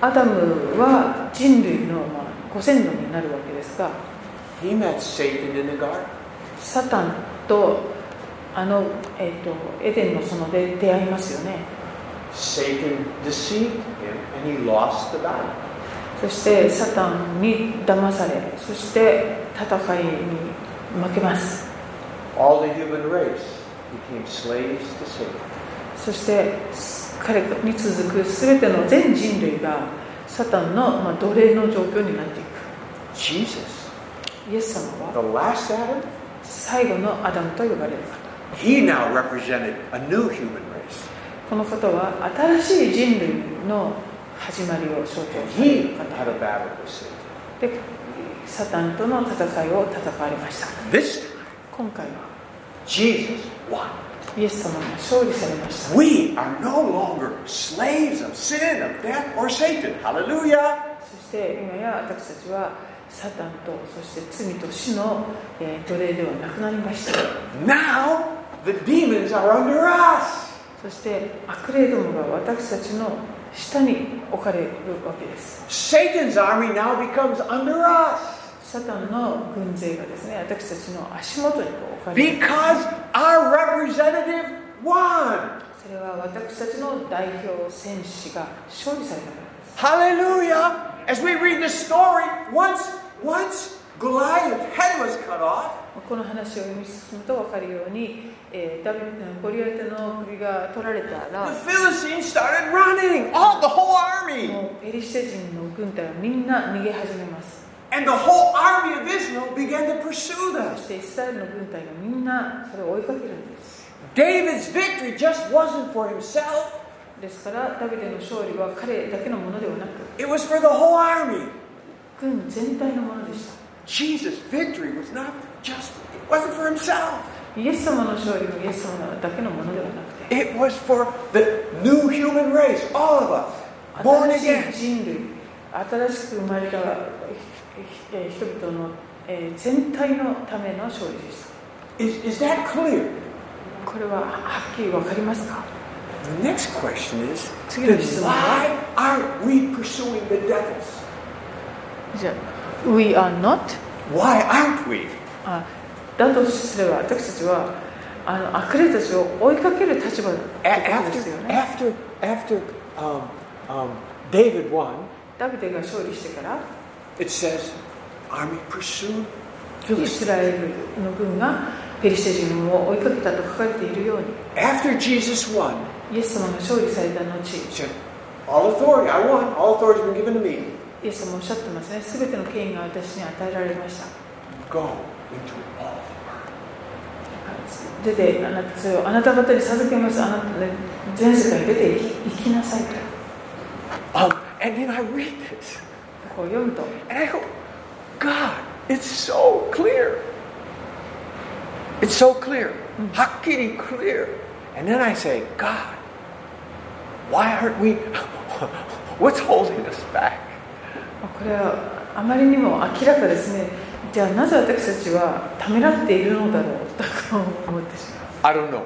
アダムは人類のまあご先祖になるわけですが
He met Satan in the garden.
サタンとあの、えー、とエデンの園で出会いますよね
Satan deceived him and he lost the battle.
そしてサタンに騙されそして戦いに負けます
All the human race became slaves to Satan.
そしてす彼に続く全ての全人類がサタンの、まあ、奴隷の状況になってい
Jesus,
くイエス様
the
は
last Adam,
最後のアダムと呼ばれる方
he now represented a new human race.
この方は新しい人類の始まりを象徴され
He
る方
had a battle with Satan.
でサタンとの戦いを戦われました
This
今回は
Jesus won.
イエス様が勝利されました
We are no longer slaves of sin, of death, or Satan. Hallelujah.
そして今や私たちはサタンとそして罪と死の、えー奴隷ではなくなりました
Now the demons are under us.
そして悪霊どもが私たちの下に置かれるわけです
Satan's army now becomes under us.
サタンの軍勢がですね私たちの足元にこう置かれる
Because our representative won.
それは私たちの代表戦士が勝利されたから
Hallelujah.
です
As we read the story, once once Goliath's head was cut off,
この話を読み進むと分かるように、えーダビゴリアテの首が取られた
the
ら
Philistines started running. All the whole army.
もうペリシテ人の軍隊はみんな逃げ始めます
And the whole army of Israel began to pursue
そ
them.
してイスラエルの軍隊がみんなそれを追いかけるんです
David's victory just wasn't for himself,
ですからダビデの勝利は彼だけのものではなく
it was for the whole army.
軍全体のものでした
Jesus' victory was not just, it wasn't for himself.
イエス様の勝利もイエス様だけのものではなくて
It was for the new human race, all of us, born
新
again.
しい人類新しく生まれたえー人々の、えー全体のための勝利でした
Is, is that clear?
これははっきり分かりますか
The next question is
次の
then
質問は
why aren't we pursuing the devils?
じゃあ We are not
Why aren't we?
あだとすれば私たちはあの悪霊たちを追いかける立場だと
A-
いうことです
after
よね
after after um, um, David won,
ダビデが勝利してから
it says, army pursued
イスラエルの軍がペリシテ人を追いかけたと書かれているように
After Jesus won,
イエス様が勝利された後
he said, All authority, I won, all authority has been given to me.
イエス様おっしゃってますね全ての権威が私に与えられました
Go into all the world.
出てあなたそれをあなた方に授けますあなた全世界に出て行き行きなさいと
Um, and then I read this,
こう読むと
and I go, God, it's so clear. It's so clear. Hakiri clear. And then I say, God, why aren't we, what's holding us back?
あこれはあまりにも明らかですねじゃあなぜ私たちはためらっているのだろうと思ってしま
I
う
don't know.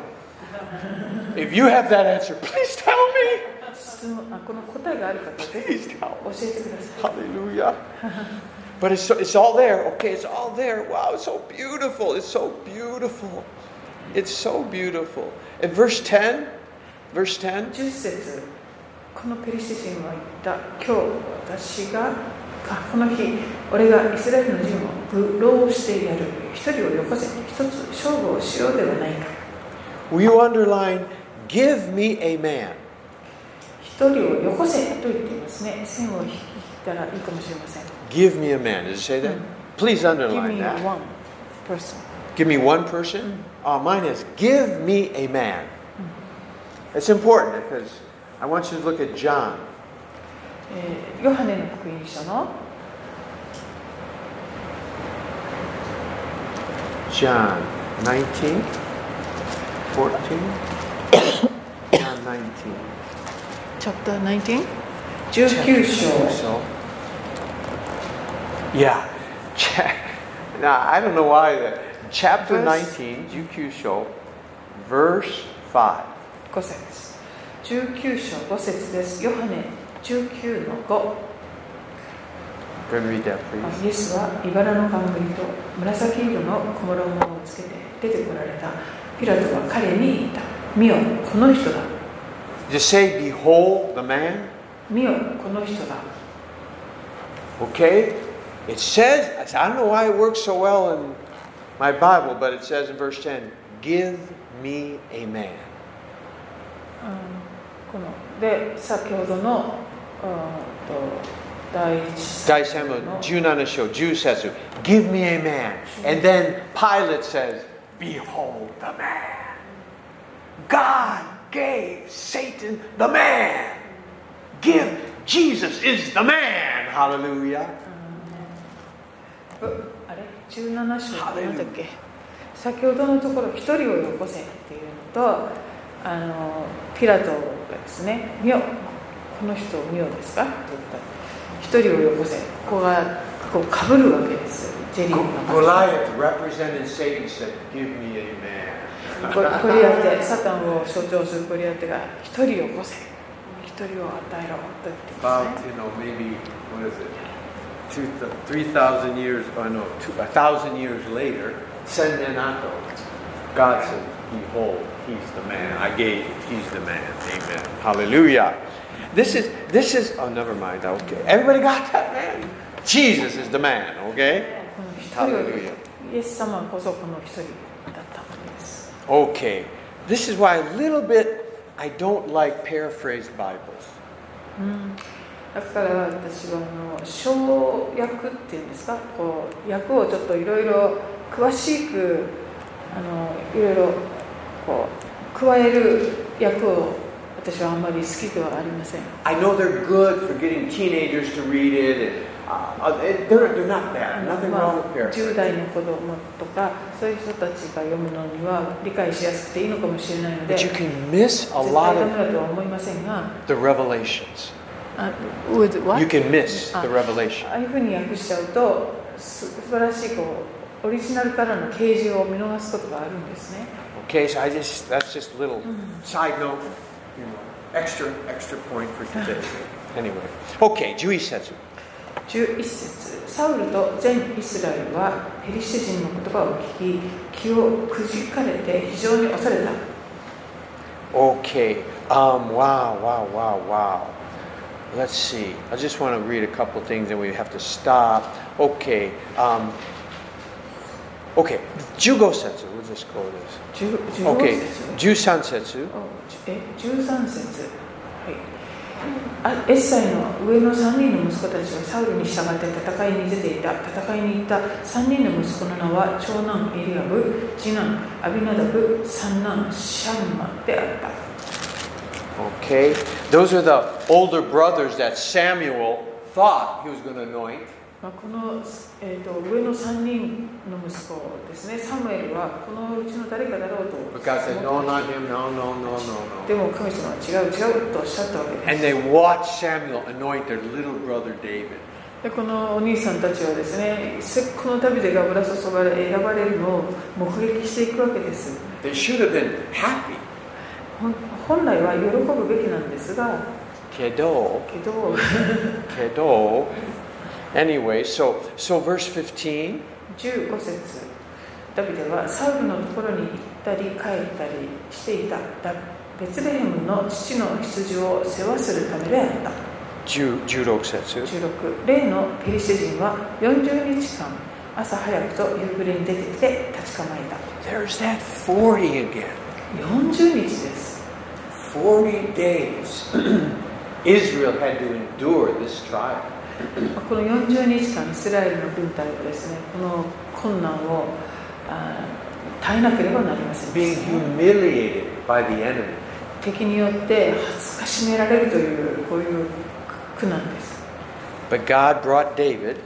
if you have that answer, please tell me.
質問あこの答えがある方教
Please tell me.
えてください
Hallelujah. but it's, it's all there. Okay, it's all there. Wow, it's so beautiful. It's so beautiful. It's so beautiful. And verse 10, verse 10,
10節このペリシテ人は言った今日私がかこの日俺がイスラエルの人を愚弄してやる一人をよこせ一つ勝負をしようではないか
will you underline, give me a man?
一人をよこせと言っていますね線を引いたらいいかもしれません
Give me a man. Did it say that? Please
Give
underline
me
that.
one person
Give me one person?
Mm.
Uh, mine is, give me a man. It's important because I want you to look at John.
えーヨハネの福音書の
John 19, 14. John 19.
チャプター 19?19 章
So, yeah. Cha- now, I don't know why that. Chapter
Verse-
19, GQ show, verse 5.
5節19章5節ですヨハネ19の5
Go and read that, please.
イエスは茨の冠と紫色の小諸物をつけて出てこられたピラトは彼に言った見よこの人だ
Just say, Behold the man.
見よこの人だ
Okay? It says, I said, I don't know why it works so well in my Bible, but it says in verse 10, Give me a man.
うんこので先ほどのうんと第一
第3の17章10節 Give me a man. And then Pilate says, Behold the man. God gave Satan the man. Give Jesus is the man. Hallelujah.
うあれ17章ってなんだっけ先ほどのところ一人をよこせっていうのとあのピラトがですね「見よこの人を見よですか?」って言った一人をよこせここがここかぶるわけですよジェリーが
Goliath represented Satan said, Give me a man.
ゴゴリアテサタンを象徴するゴリアテが「一人をよこせ一人を与えろ」と言ってますね
About, you know, maybe, what is it? Two, th- 3,000 years, oh no, two, a 1,000 years later,
Sendenato.
God said, Behold, he's the man. I gave, he's the man. Amen.
Hallelujah. This is this is oh never mind. Okay. Everybody got that man? Jesus is the man, okay?
この一
Hallelujah.
人をイエス様こそこの一人だったわけです
Okay. This is why a little bit I don't like paraphrased Bibles.
だから私はあの小訳っていうんですかこう訳をちょっといろいろ詳しくあのいろいろこう加える訳を私はあんまり好きではありません
I know they're good for getting teenagers to read it, and uh, uh, it- they're, they're not
あ
bad.
の
Nothing
ま
wrong with
あ
paraphrasing.
10代の子供とかそういう人たちが読むのには理解しやすくていいのかもしれないので
But you
絶対
can miss a
ダメ
lot of
だとは思いませんが
the revelations.
あ with what?
You can miss the
あ
revelation.
ああいうふうに訳しちゃうとす素晴らしいこうオリジナルからの啓示を見逃すことがあるんですね
Okay, so I just that's just a little side note.
you know, extra, extra point for today. anyway,
Okay, 11節。
11節サウルと全イスラエルはペリシテ人の言葉を聞き気をくじかれて非常に恐れた
Okay. Um, wow, wow, wow, wow. Let's see. I just want to read a couple things and we have to stop. Okay. Um, okay. 15節。We'll just go this.
10 15節、
Okay. 13節。
おじえ13節はいあエッサイの上の3人の息子たちはサウルに従って戦いに出ていた戦いに行った3人の息子の名は長男エリアブ次男アビナダブ三男シャンマであった
Okay. Those are the older brothers that Samuel thought he was going to anoint.
まあ、この、えー、と上の3人の息子ですね、サムエルはこのうちの誰かだろうと
but God said, no, not him, no, no, no, no,
で
no.
も神様は違う違うとおっしゃったわけ
And
です
they watched Samuel anoint their little brother David.
でこのお兄さんたちはですねせこの旅でがぶら注がれ選ばれるのを目撃していくわけです
They should have been happy.
ほん本来は喜ぶべきなんですが
Kedo.
けど
Kedo. Anyway, so so verse 15.
15節ダビデはサウルのところに行ったり帰ったりしていたダベツレヘムの父の羊を世話するためであった
10 16節。
16例のペリシテ人は40日間朝早くと夕暮れに出てきて立ち構えた
There's that 40 again.
40日です
40 days.
Israel had to endure this trial.
この40日間イスラエルの軍隊はですねこの困難をあー耐えなければなりませんで
being
した
humiliated by the enemy.
敵によって恥ずかしめられるというこういう苦難です
But God brought David,
と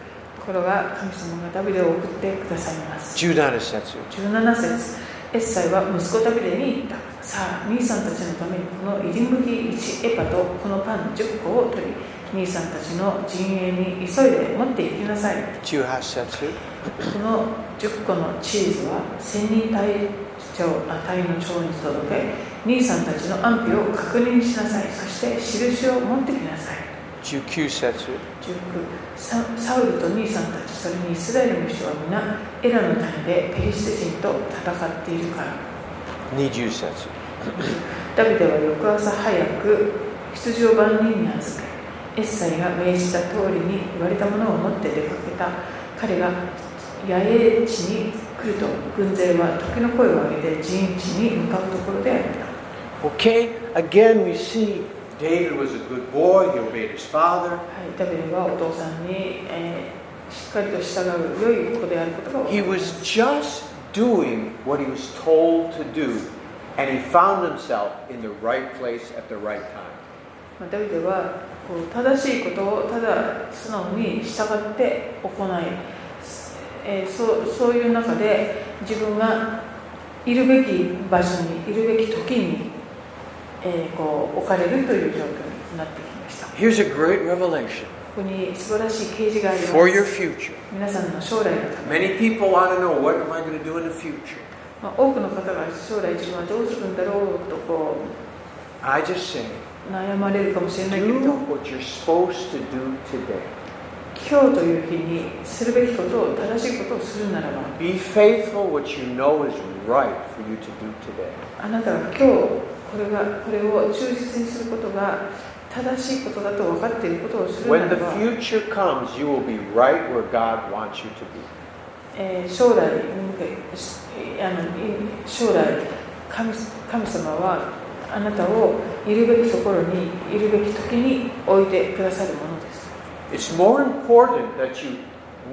ころが神様がダビデを送ってくださいます
Judah Setsu.
17節エッサイは息子ダビデに言ったさあ兄さんたちのためにこの入り麦1エパとこのパン10個を取り兄さんたちの陣営に急いで持って行きなさい
Juha Setsu.
この10個のチーズは千人隊長あ隊の長に届け兄さんたちの安否を確認しなさいそして印を持ってきなさい
Jukyu Setsu.
19ササウルと兄さんたちそれにイスラエルの人は皆エラの谷でペリシテ人と戦っているから
Niju Setsu.
ダビデは翌朝早く羊を万人に預けエッサイが命じた通りに言われたものを持って出かけた彼が野営地に来ると軍勢は時の声を上げて陣地に向かうところであった
Okay, again we see
David was a good boy, he obeyed his father.
はい、ダビデはお父さんに、えーしっかりと従う良い子であることが分か
he
りま
was
す
just doing what he was told to do, and he found himself in the right place at the right time.
まあダビデはこう正しいことをただ素直に従って行い、えーそうそういう中で自分がいるべき場所にいるべき時に、えーこう置かれるという状況になってきましたこ
Here's a great revelation
こに素晴らしい啓示がありま
For your
す
future.
皆さんの将来のため、
Many people want to know what am I going to do in the future?
まあ、多くの方が将来自分はどうするんだろうとこ
I just say,
う悩まれるかもしれないけれ
Do
ど
what you're supposed to do today.
今日という日にするべきことを正しいことをするならば
Be faithful what you know is right for you to do today.
あなたは今日これがこれを忠実にすることが正しいことだと分かっていることをするな
When
ら
the
ば、
future comes, you will be right where God wants you to be.
えー将来に向けしあのい将来神神様はあなたをいるべきところにいるべき時に置いてくださるものです
It's more important that you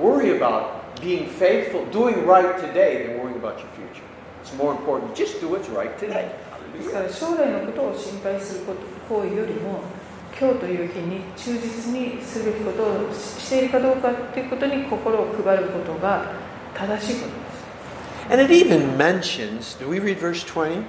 worry about being faithful, doing right today, than worrying about your future. It's more important. Just do what's right today.
ですから将来のことを心配すること行為よりも今日という日に忠実にするべきことをししているかどうかということに心を配ることが正しいこと
And
です
it even mentions, do we read verse 20?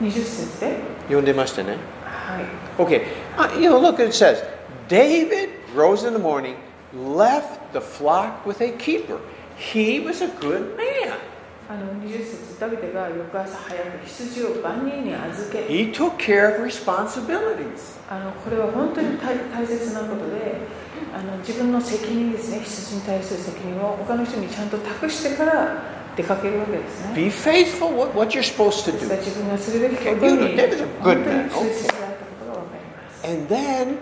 20節で、
読んでましたね。
はい、
eh? Okay, uh, you know, look, it says, David rose in the morning, left the flock with a keeper. He was a good man.
あの20節ダビデが翌朝早く羊を万人に預け
He took care of responsibilities.
あのこれは本当に大大切なことであの自分の責任ですね羊に対する責任を他の人にちゃんと託してから出かけるわけですね
Be faithful what, what you're supposed to
ですから
do.
自分がするべきことに
Okay, good. David's a
本
good
当に
man.
忠実であったことが分かります
And then,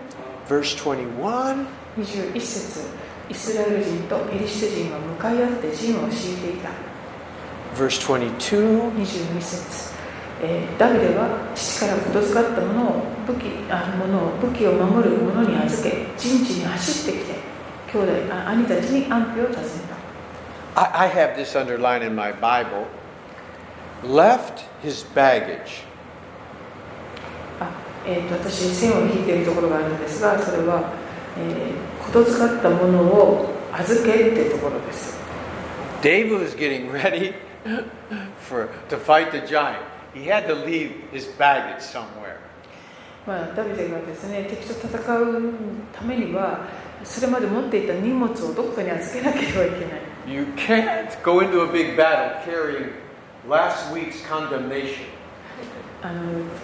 verse 21
21節イスラエル人とペリシテ人は向かい合って陣を敷いていた
verse 22,
22節、えーダビデは父から言づかったものを武器あものを武器を守る者に預け陣地に走ってきて兄弟あ兄たちに安否を尋ね
I, I have this underlined in my Bible left his baggage.
たあ、えー、と私線を引いているところがあるんですがそれは、えー、言づかったものを預けっていうところです
David was getting ready for to fight the giant. He had to leave his baggage somewhere.
まあ、ダビデがですね敵と戦うためにはそれまで持っていた荷物をどこかに預けなければいけない
You can't go into a big battle carrying last week's condemnation.
あの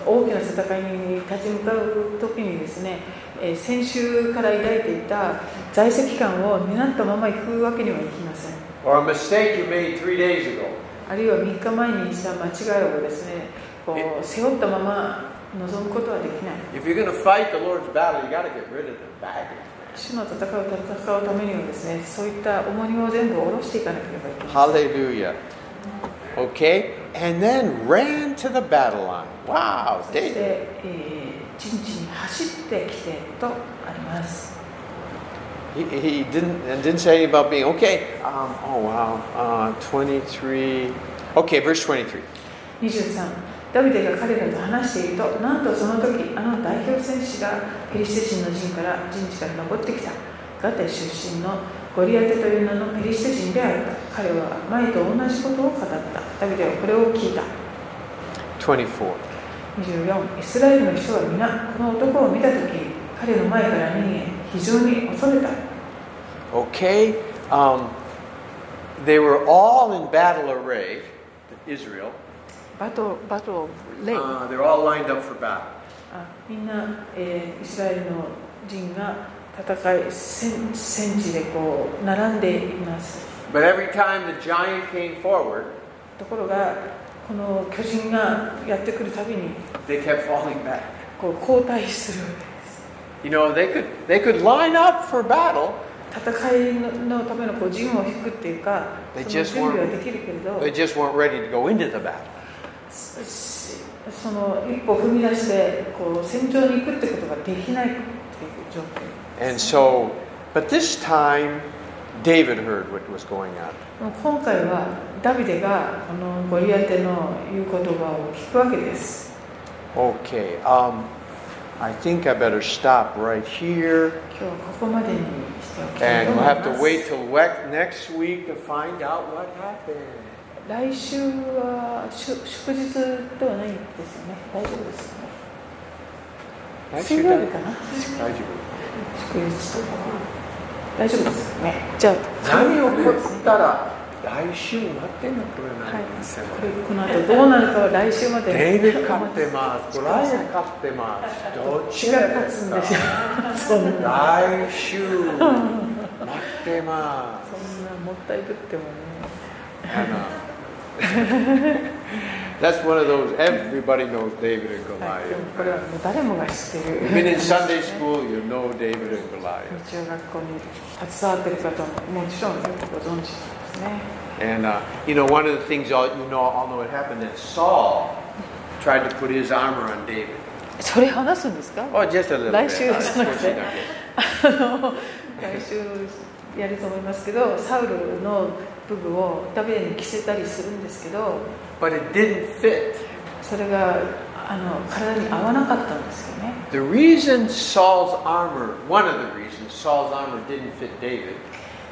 大きな戦いに立ち向かう時にですね、えー先週から抱いていた在籍感を担ったまま行くわけにはいきません
Or a mistake you made three days ago.
あるいは3日前にした間違いをですねこう背負ったまま望むことはできない
If you're going to fight the Lord's battle, you got to get rid of the baggage.
主の戦う戦うためにはですねそういった重荷を全部下ろしていかなければいけない
Hallelujah. Okay? And then ran to the battle line. Wow,
そして、
David.
えー、陣地に走ってきてとあります。
He, he didn't and didn't say anything about being okay. Um, oh wow, uh, twenty three. Okay, verse twenty three.
23ダビデが彼らと話しているとなんとその時あの代表戦士がペリシテ人の陣から陣地から登ってきたガテ出身のゴリアテという名のペリシテ人であった彼は前と同じことを語ったダビデはこれを聞いた
Twenty-four.
24イスラエルの人は皆この男を見た時彼の前から逃げ非常に恐れた
Okay. Um, they were all in battle array,
Israel.
バトバトレ
Uh, they're all lined up for battle.
あみんな、えーイスラエルの人が戦い戦戦地でこう並んでいます
But every time the giant came forward,
ところがこの巨人がやってくるたびに
they kept falling back.
こう後退するわけ
You know, they could they could line up for battle.
です戦いののためのこう陣を引くっていうか
They
そ
just
の準備はできるけれ
they
ど
just weren't ready to go into the battle.
すすその一歩踏み出してこう戦場に行くってことができないっていう状況
And so, but this time, David heard what was going on.
もう今回はダビデがこのゴリアテの言う言葉を聞くわけです
Okay. Um, I think I better stop right here,
今日はここまでにしておきたい
and we'll
と思いま
have to
す。
wait till wec- next week to find out what happened.
来週は祝祝日ではないですよね。大丈夫ですよね。水曜日かな。祝日とか大丈夫ですよね。じゃあ
何をこ
これですね
ったら来週待ってんのこれなん
はい
ですよ。
これこの後どうなるかは来週まで。
デイビッド
頑
買っ
張って
てます。ブライアン買ってます。どっち
血が
が
勝つんですよ。そんな
来週待ってま
そんなもったいぶってもね。
す。あの
That's one of those, everybody knows David and
はい。でも
Goliath.
これはもう誰もが知ってる。
You've been in Sunday school, you know David and Goliath.
中学校に携わってる方ももちろんよくご存知ですね。
And, uh, you know, one of the things all, you know, all know what happened that Saul tried to put his armor on David.
それ話すんですか
Oh, just a little
Like she
bit.
was
Of course you're
like
not good.
あの来週やると思いますけどサウルの部分をダビデに着せたりするんですけど
But it didn't fit.
それがあの体に合わなかったんですよね
The reason Saul's armor, one of the reasons Saul's armor didn't fit David,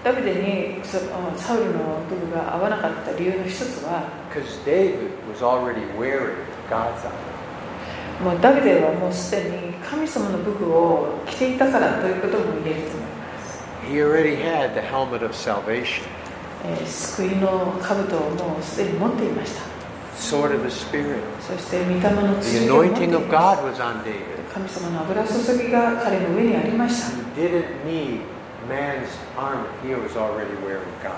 ダビデにそあのサウルの部分が合わなかった理由の一つは
because David was already wearing God's armor.
もうダビデはもうすでに神様の武具を着ていたからということも言えると思います
He already had the helmet of salvation.
えー救いの兜をもうすでに持っていました
sword of the Spirit.
そして御霊の
The
杖を持ってい
anointing
ま
of
した
God was on David.
神様の油注ぎが彼の上にありました
He didn't need man's armor. He was already wearing God's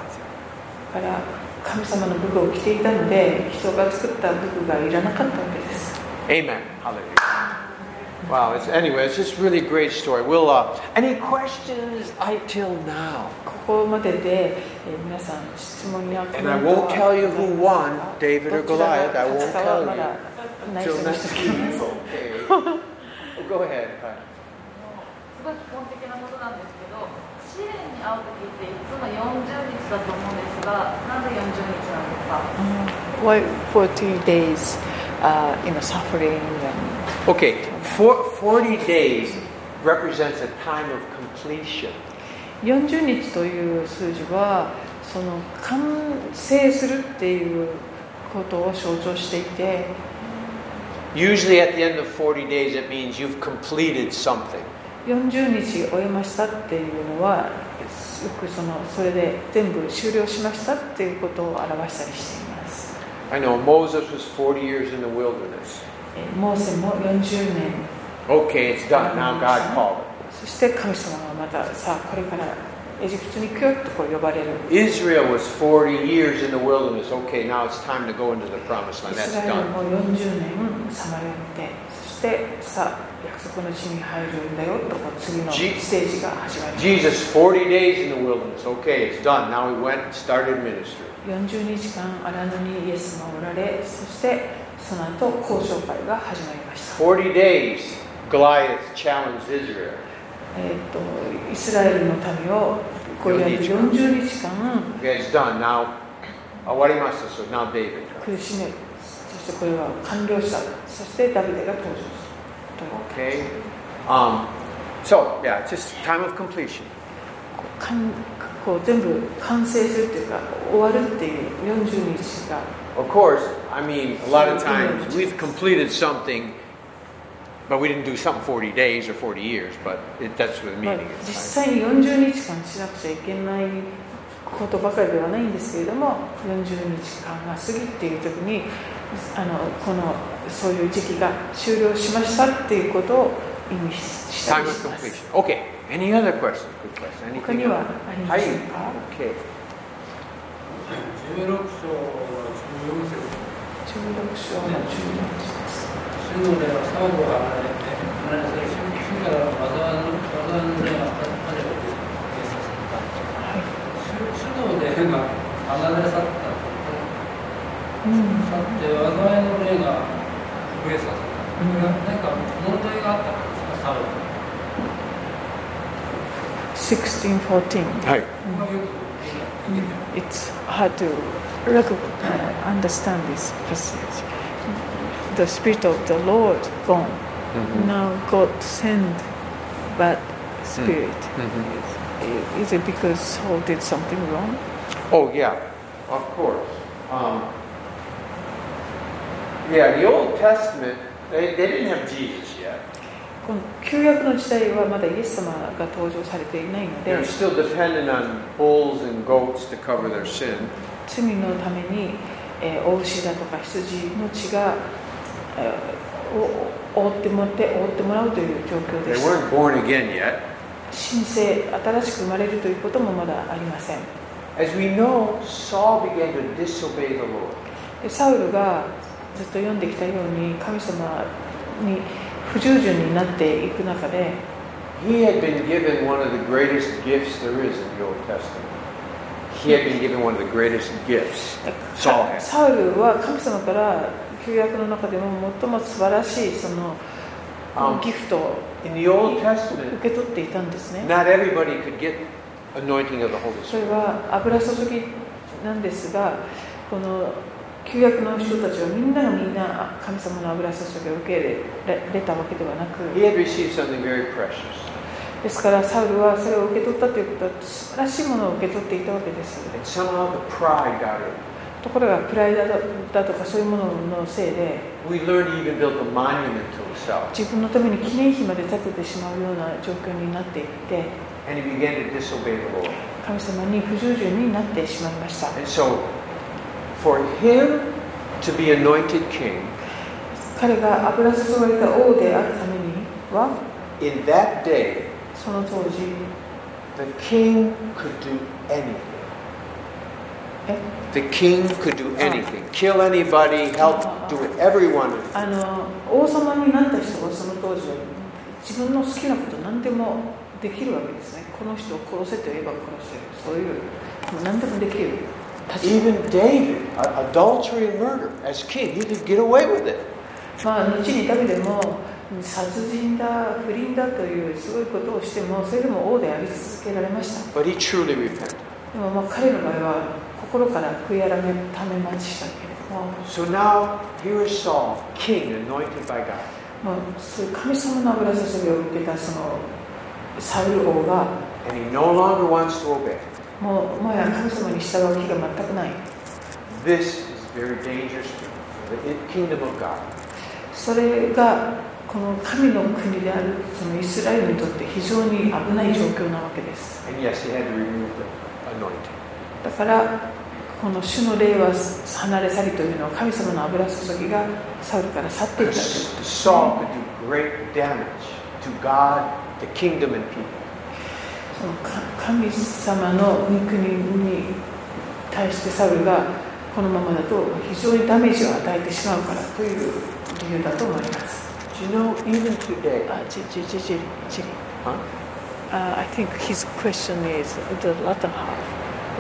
armor.
だから神様の武具を着ていたので人が作った武具がいらなかったわけです
Amen. Hallelujah. Wow. It's, anyway, it's just really great story. We'll. Uh, any questions? I till now.
ここまでで、えー皆さん質問やコメン
And
ト
I won't
は
tell you who won, David or
どちら
Goliath.
が
I
勝
won't
つかは
tell
ま
you.
だ内緒
Till
に
next
し
week.
てお きま
Okay.
す
Well, Oh, Go ahead. Hi.
すごい基本的なことなんですけど試練に会う時っていつも40日だと思うんですがなんで40日なんですか
Why 40 days, uh, you know, suffering? And
Okay, for, 40 days represents a time of completion.
40日という数字はその完成するっていうことを象徴していて
Usually at the end of 40 days, it means you've completed something.
40日終えましたっていうのはよくそのそれで全部終了しましたっていうことを表したりしています
I know Moses was 40 years in the wilderness.
えーモーセも40年
Okay, it's done. Now God called
そして神様がまたさあこれからエジプトに行くよとこう呼ばれる
it. Israel was 40 years in the wilderness. Okay, now it's time to go into the promised
イ
land. That's
スラエル
done.
も40年さまよってそしてさあ約束の地に入るんだよとこう次の
じ
ステージが始まります
Jesus, 40 days in the wilderness. Okay, it's done. Now he went and started ministry.
40日間荒野にイエスがおられそしてその後交渉会が始まりました、
40 days, Goliath challenged Israel.
えー、とイスラエルの民をこうやって40日間
Okay, it's done. Now, uh, what he must have said, now David.
苦しめそしてこれは完了したそしてダビデが登場したとい
Okay?
う
Um, so, yeah, it's just time of completion.
かんこう全部完成するっていうか終わるっていう40日が
Of course, I mean, a lot of times we've completed something, but we didn't do something 40 days or 40 years, but it, that's what the
まあ
meaning
実
is. right?
際に40日間しなくちゃいけないことばかりではないんですけれども40日間が過ぎっていう時にあのこのそういう時期が終了しましたっていうことを意味したり
Time
し
of
ます
completion. Okay, any other questions? Good question.
他
Anything
には
else?
ありま
Hi.
せんか
Okay.
16章は14節
16章の14節です
主の霊はサウルを離れて離れて主から災いの災いの霊が彼を消させた主主の霊が離れ去った
Mm.
去って災いの霊が増えさせたこれは何か問題があったからですかサウルは
16, 14.
Hi.
これはよく言えない
It's hard to recog- uh, understand this passage. The Spirit of the Lord gone.
Mm. Mm-hmm.
Now God sent bad spirit.
Mm.
Is, is it because Saul did something wrong?
Oh, yeah, of course. Um, yeah, the Old Testament, they, they didn't have Jesus yet.
この旧約の時代はまだイエス様が登場されていないの
They
で
were still dependent on bulls and goats to cover their sin.
罪のために、えー、お牛だとか羊の血が、えーを覆ってもらって覆ってもらうという状況
They
でした
weren't born again yet.
神聖新しく生まれるということもまだありません
As we know, Saul began to disobey the Lord.
でサウルがずっと読んできたように神様に不従順になっていく中で
He had been given one of the greatest gifts there is in the Old Testament. He had been given one of the greatest gifts Saul
か
had.
サウルは神様から旧約の中でも最も素晴らしいその
あ
ギフトを
In the Old
受
Testament,
け取っていたんですね
not everybody could get anointing of the Holy
それ
Spirit.
は油注ぎなんですがこの旧約の人たちはみんながみんな神様の油注ぎを受け入れれたわけではなく
He had received something very precious.
ですからサウルはそれを受け取ったということは素晴らしいものを受け取っていたわけです
And somehow the pride got in.
ところがプライドだとかそういうもののせいで
We learned he even built a monument to himself.
自分のために記念碑まで建ててしまうような状況になっていって
And he began to disobey the Lord.
神神様に不従順になってしまいました
And so, for him to be anointed king,
彼が油注がれた王であるためには
in that day,
その当時
the king could do anything.
Eh?
The king could do anything kill anybody, help, do whatever he wanted.
あの王様になった人はその当時は自分の好きなこと何でもできるわけですねこの人を殺せと言えば殺せるそういうもう何でもできる立場
Even David, a- adultery and murder, as king, he could get away with it.
まあ後にダビデも殺人だ不倫だというすごいことをしてもそれでも王であり続けられました
But he truly repented.
でもまあ彼の場合は心から悔い改めためましたけれども、
So now here is Saul, king anointed by God.
まあ、そういう神様の油注ぎを受けたそのサウル王が
And he no longer wants to obey.
もうもはや神様に従う気が全くない
This is very dangerous for the i- kingdom of God.
それがこの神の国であるそのイスラエルにとって非常に危ない状況なわけです
And yes, he had to remove the anointing.
だからこの主の霊は離れ去りというのは神様の油注ぎがサウルから去っていったという
Because Saul could do great damage to God, the kingdom, and people.
そのか神様の御国に対してサウルがこのままだと非常にダメージを与えてしまうからという理由だと思います
Do you know, even today,
あ、ジジジジリジリ。
huh?
Uh, I think his question is the latter half,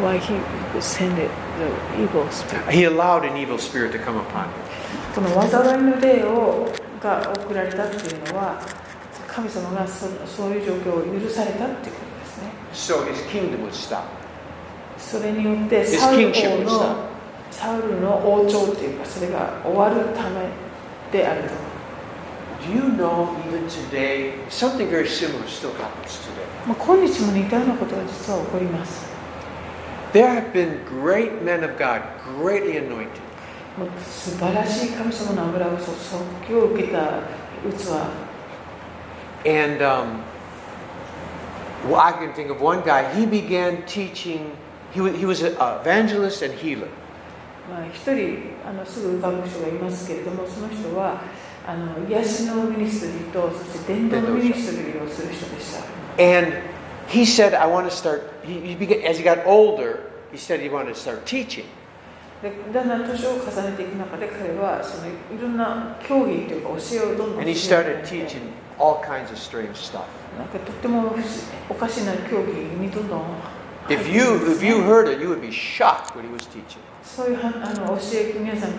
why he send it, the evil spirit.
he allowed an evil spirit to come upon him.
この災いの霊をが送られたっていうのは神様がそそういう状況を許されたっていうことですね
So his kingdom was stopped.
それによって
His
サウル
kingship
王
was
の
stopped.
サウルの王朝っていうかそれが終わるためであると
Do you know, even today, something very similar still happens today?
まあ今日も似たようなことが実は起こります
There have been great men of God, greatly anointed,
もう素晴らしい神様の油を注ぎを受けた器
and um, well, I can think of one guy. He began teaching. He was, he was an evangelist and healer.
まあ、一人あのすぐ浮かぶ人がいますけれどもその人はあの癒しのミニストリーとそして伝道のミニストリーをする人でした
And he said, "I want to start." He, he began, as he got older, he said he wanted to start teaching.
でだんだん年を重ねていく中で彼はそのいろんな教義というか教えをどんどん
And he
進め
started
ていって
teaching all kinds of strange stuff.
なんかとっても不思おかしな教義にどんどん入って
If
いく
you
んです
if
ね
you heard it, you would be shocked what he was teaching.
そういうはあの教え皆さん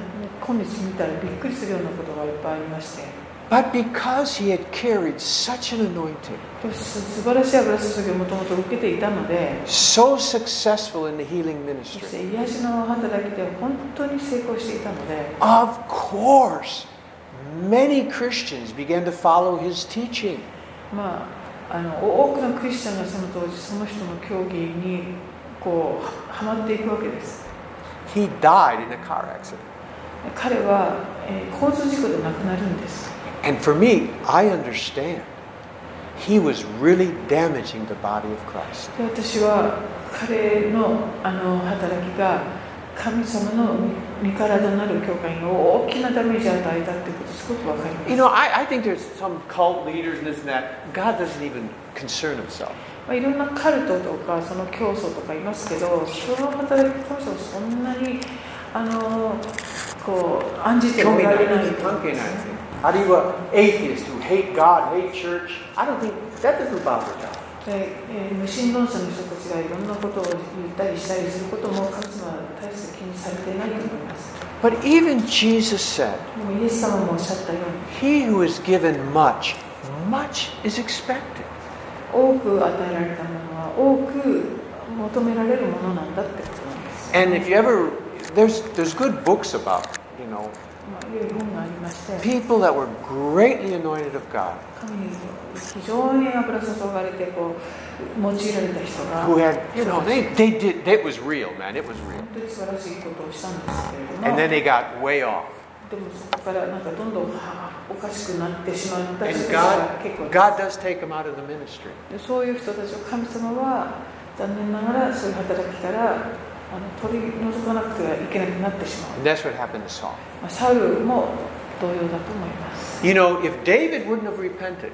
今日見たらびっくりするようなことがいっぱいありまして
But because he had carried such an anointing,
でもす素晴らしい油注ぎをもともと受けていたので
so successful in the healing
そし
ministry,
て癒しの働きで本当に成功していたので
of course, many Christians began to follow his teaching.
まああの多くのクリスチャンがその当時その人の教義にこうははまっていくわけです
He died in a car accident.
彼は、えー交通事故で亡くなるんです
And for me, I understand. He was really damaging the body of Christ.
で私は彼のあの働きが神様の身身体なる教会に大きなダメージを与えたっていうことすごくわかります
You know, I, I think there's some cult leaders and this and that. God doesn't even concern himself.
まあ、いろんなカルトとかその教祖とかいますけどその働き方はそんなにあのこう案じておられないと思うんですね
How do you, uh, atheists who hate God, hate church, I don't think that doesn't bother God.
で、えー無神論者の人たちがいろんなことを言ったりしたりすることも神様は大して気にされていないと思います
But even Jesus said,
でもイエス様もおっしゃったように
He who is given much, much is expected.
多く与えられたものは多く求められるものなんだってことなんです
And if you ever, there's, there's good books about, you know,
まあ、いう本がありまして
people that were greatly anointed of God,
神に非常に油注がれてこう用いられた人が
who had, you know, they, they did, it was real, man, it was real.
本当に素晴らしいことをしたんですけれども
And then they got way off.
でもそこからなんかどんどんはおかしくなってしまった
And
人たちが
God,
結構
God does take them out of the ministry.
でそういう人たちを神様は残念ながらそういう働きからあの取り除かなくてはいけなくなってしまう、
And that's what happened to Saul.
まあ、サウルも同様だと思います
You know, if David wouldn't have repented,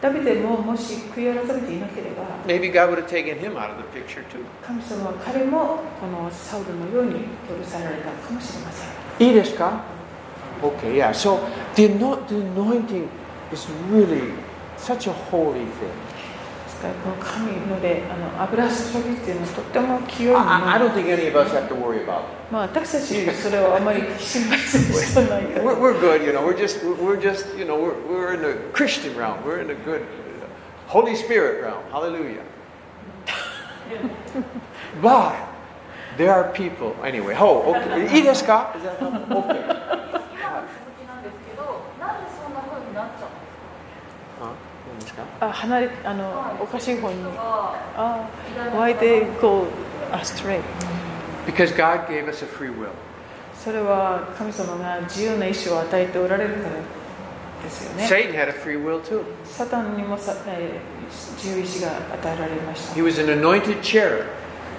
ダビデももし悔い改めていなければ
maybe God would have taken him out of the picture too.
神様は彼もこのサウルのように許されたかもしれません
Ideska? Okay, yeah. So the, ano- the anointing is really such a holy thing.
ですからこの神の霊あの油注ぎっていうのはとっても清いもの
I, I- I don't think any of us have to worry about it.
まあ、私たちそれをあまり心配する必要ないから
We're, we're good, you know. We're just, we're- we're just, you know, we're, we're in the Christian realm. We're in the good uh, Holy Spirit realm. Hallelujah. but there are people, anyway. Oh, okay. いいですか? Is that helpful? okay.
今の続きなんですけど、なんでそんな風になっちゃうんですか
Huh? いいですか?
あ離れあ
は
の
い
おかしい方に
人が
あ
偉大な
Why
方
they go astray
Because God gave us a free will.
それは神様が自由な意志を与えておられるからですよね
Satan had a free will too.
サタンにもさ、えー自由意志が与えられました
He、was an anointed cherub.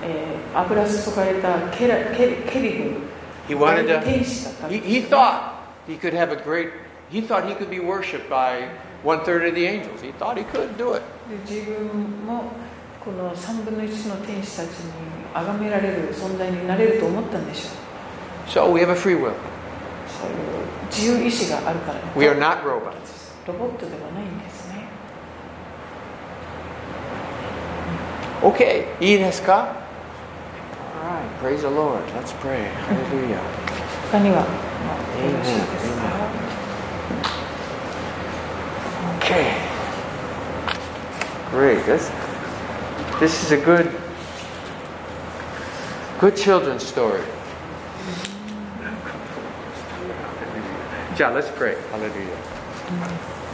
えー油注がれたケラケケリブ
He wanted to.
大天使だったん
He,
です
he thought he could have a great. He thought he could be worshipped by one third of the angels. He thought he could do it.
で自分もこの3分の1の天使たちに崇められる存在になれると思ったんでしょ
So we have a free will.
うそういう自由意志があるから
We are not robots.
ロボットではないんですね
Okay. いいですか? All right. Praise the Lord. Let's pray. Hallelujah.
他にはまあよろしいですか
Okay. Great. This this is a good good children's story. Yeah, let's pray. Hallelujah.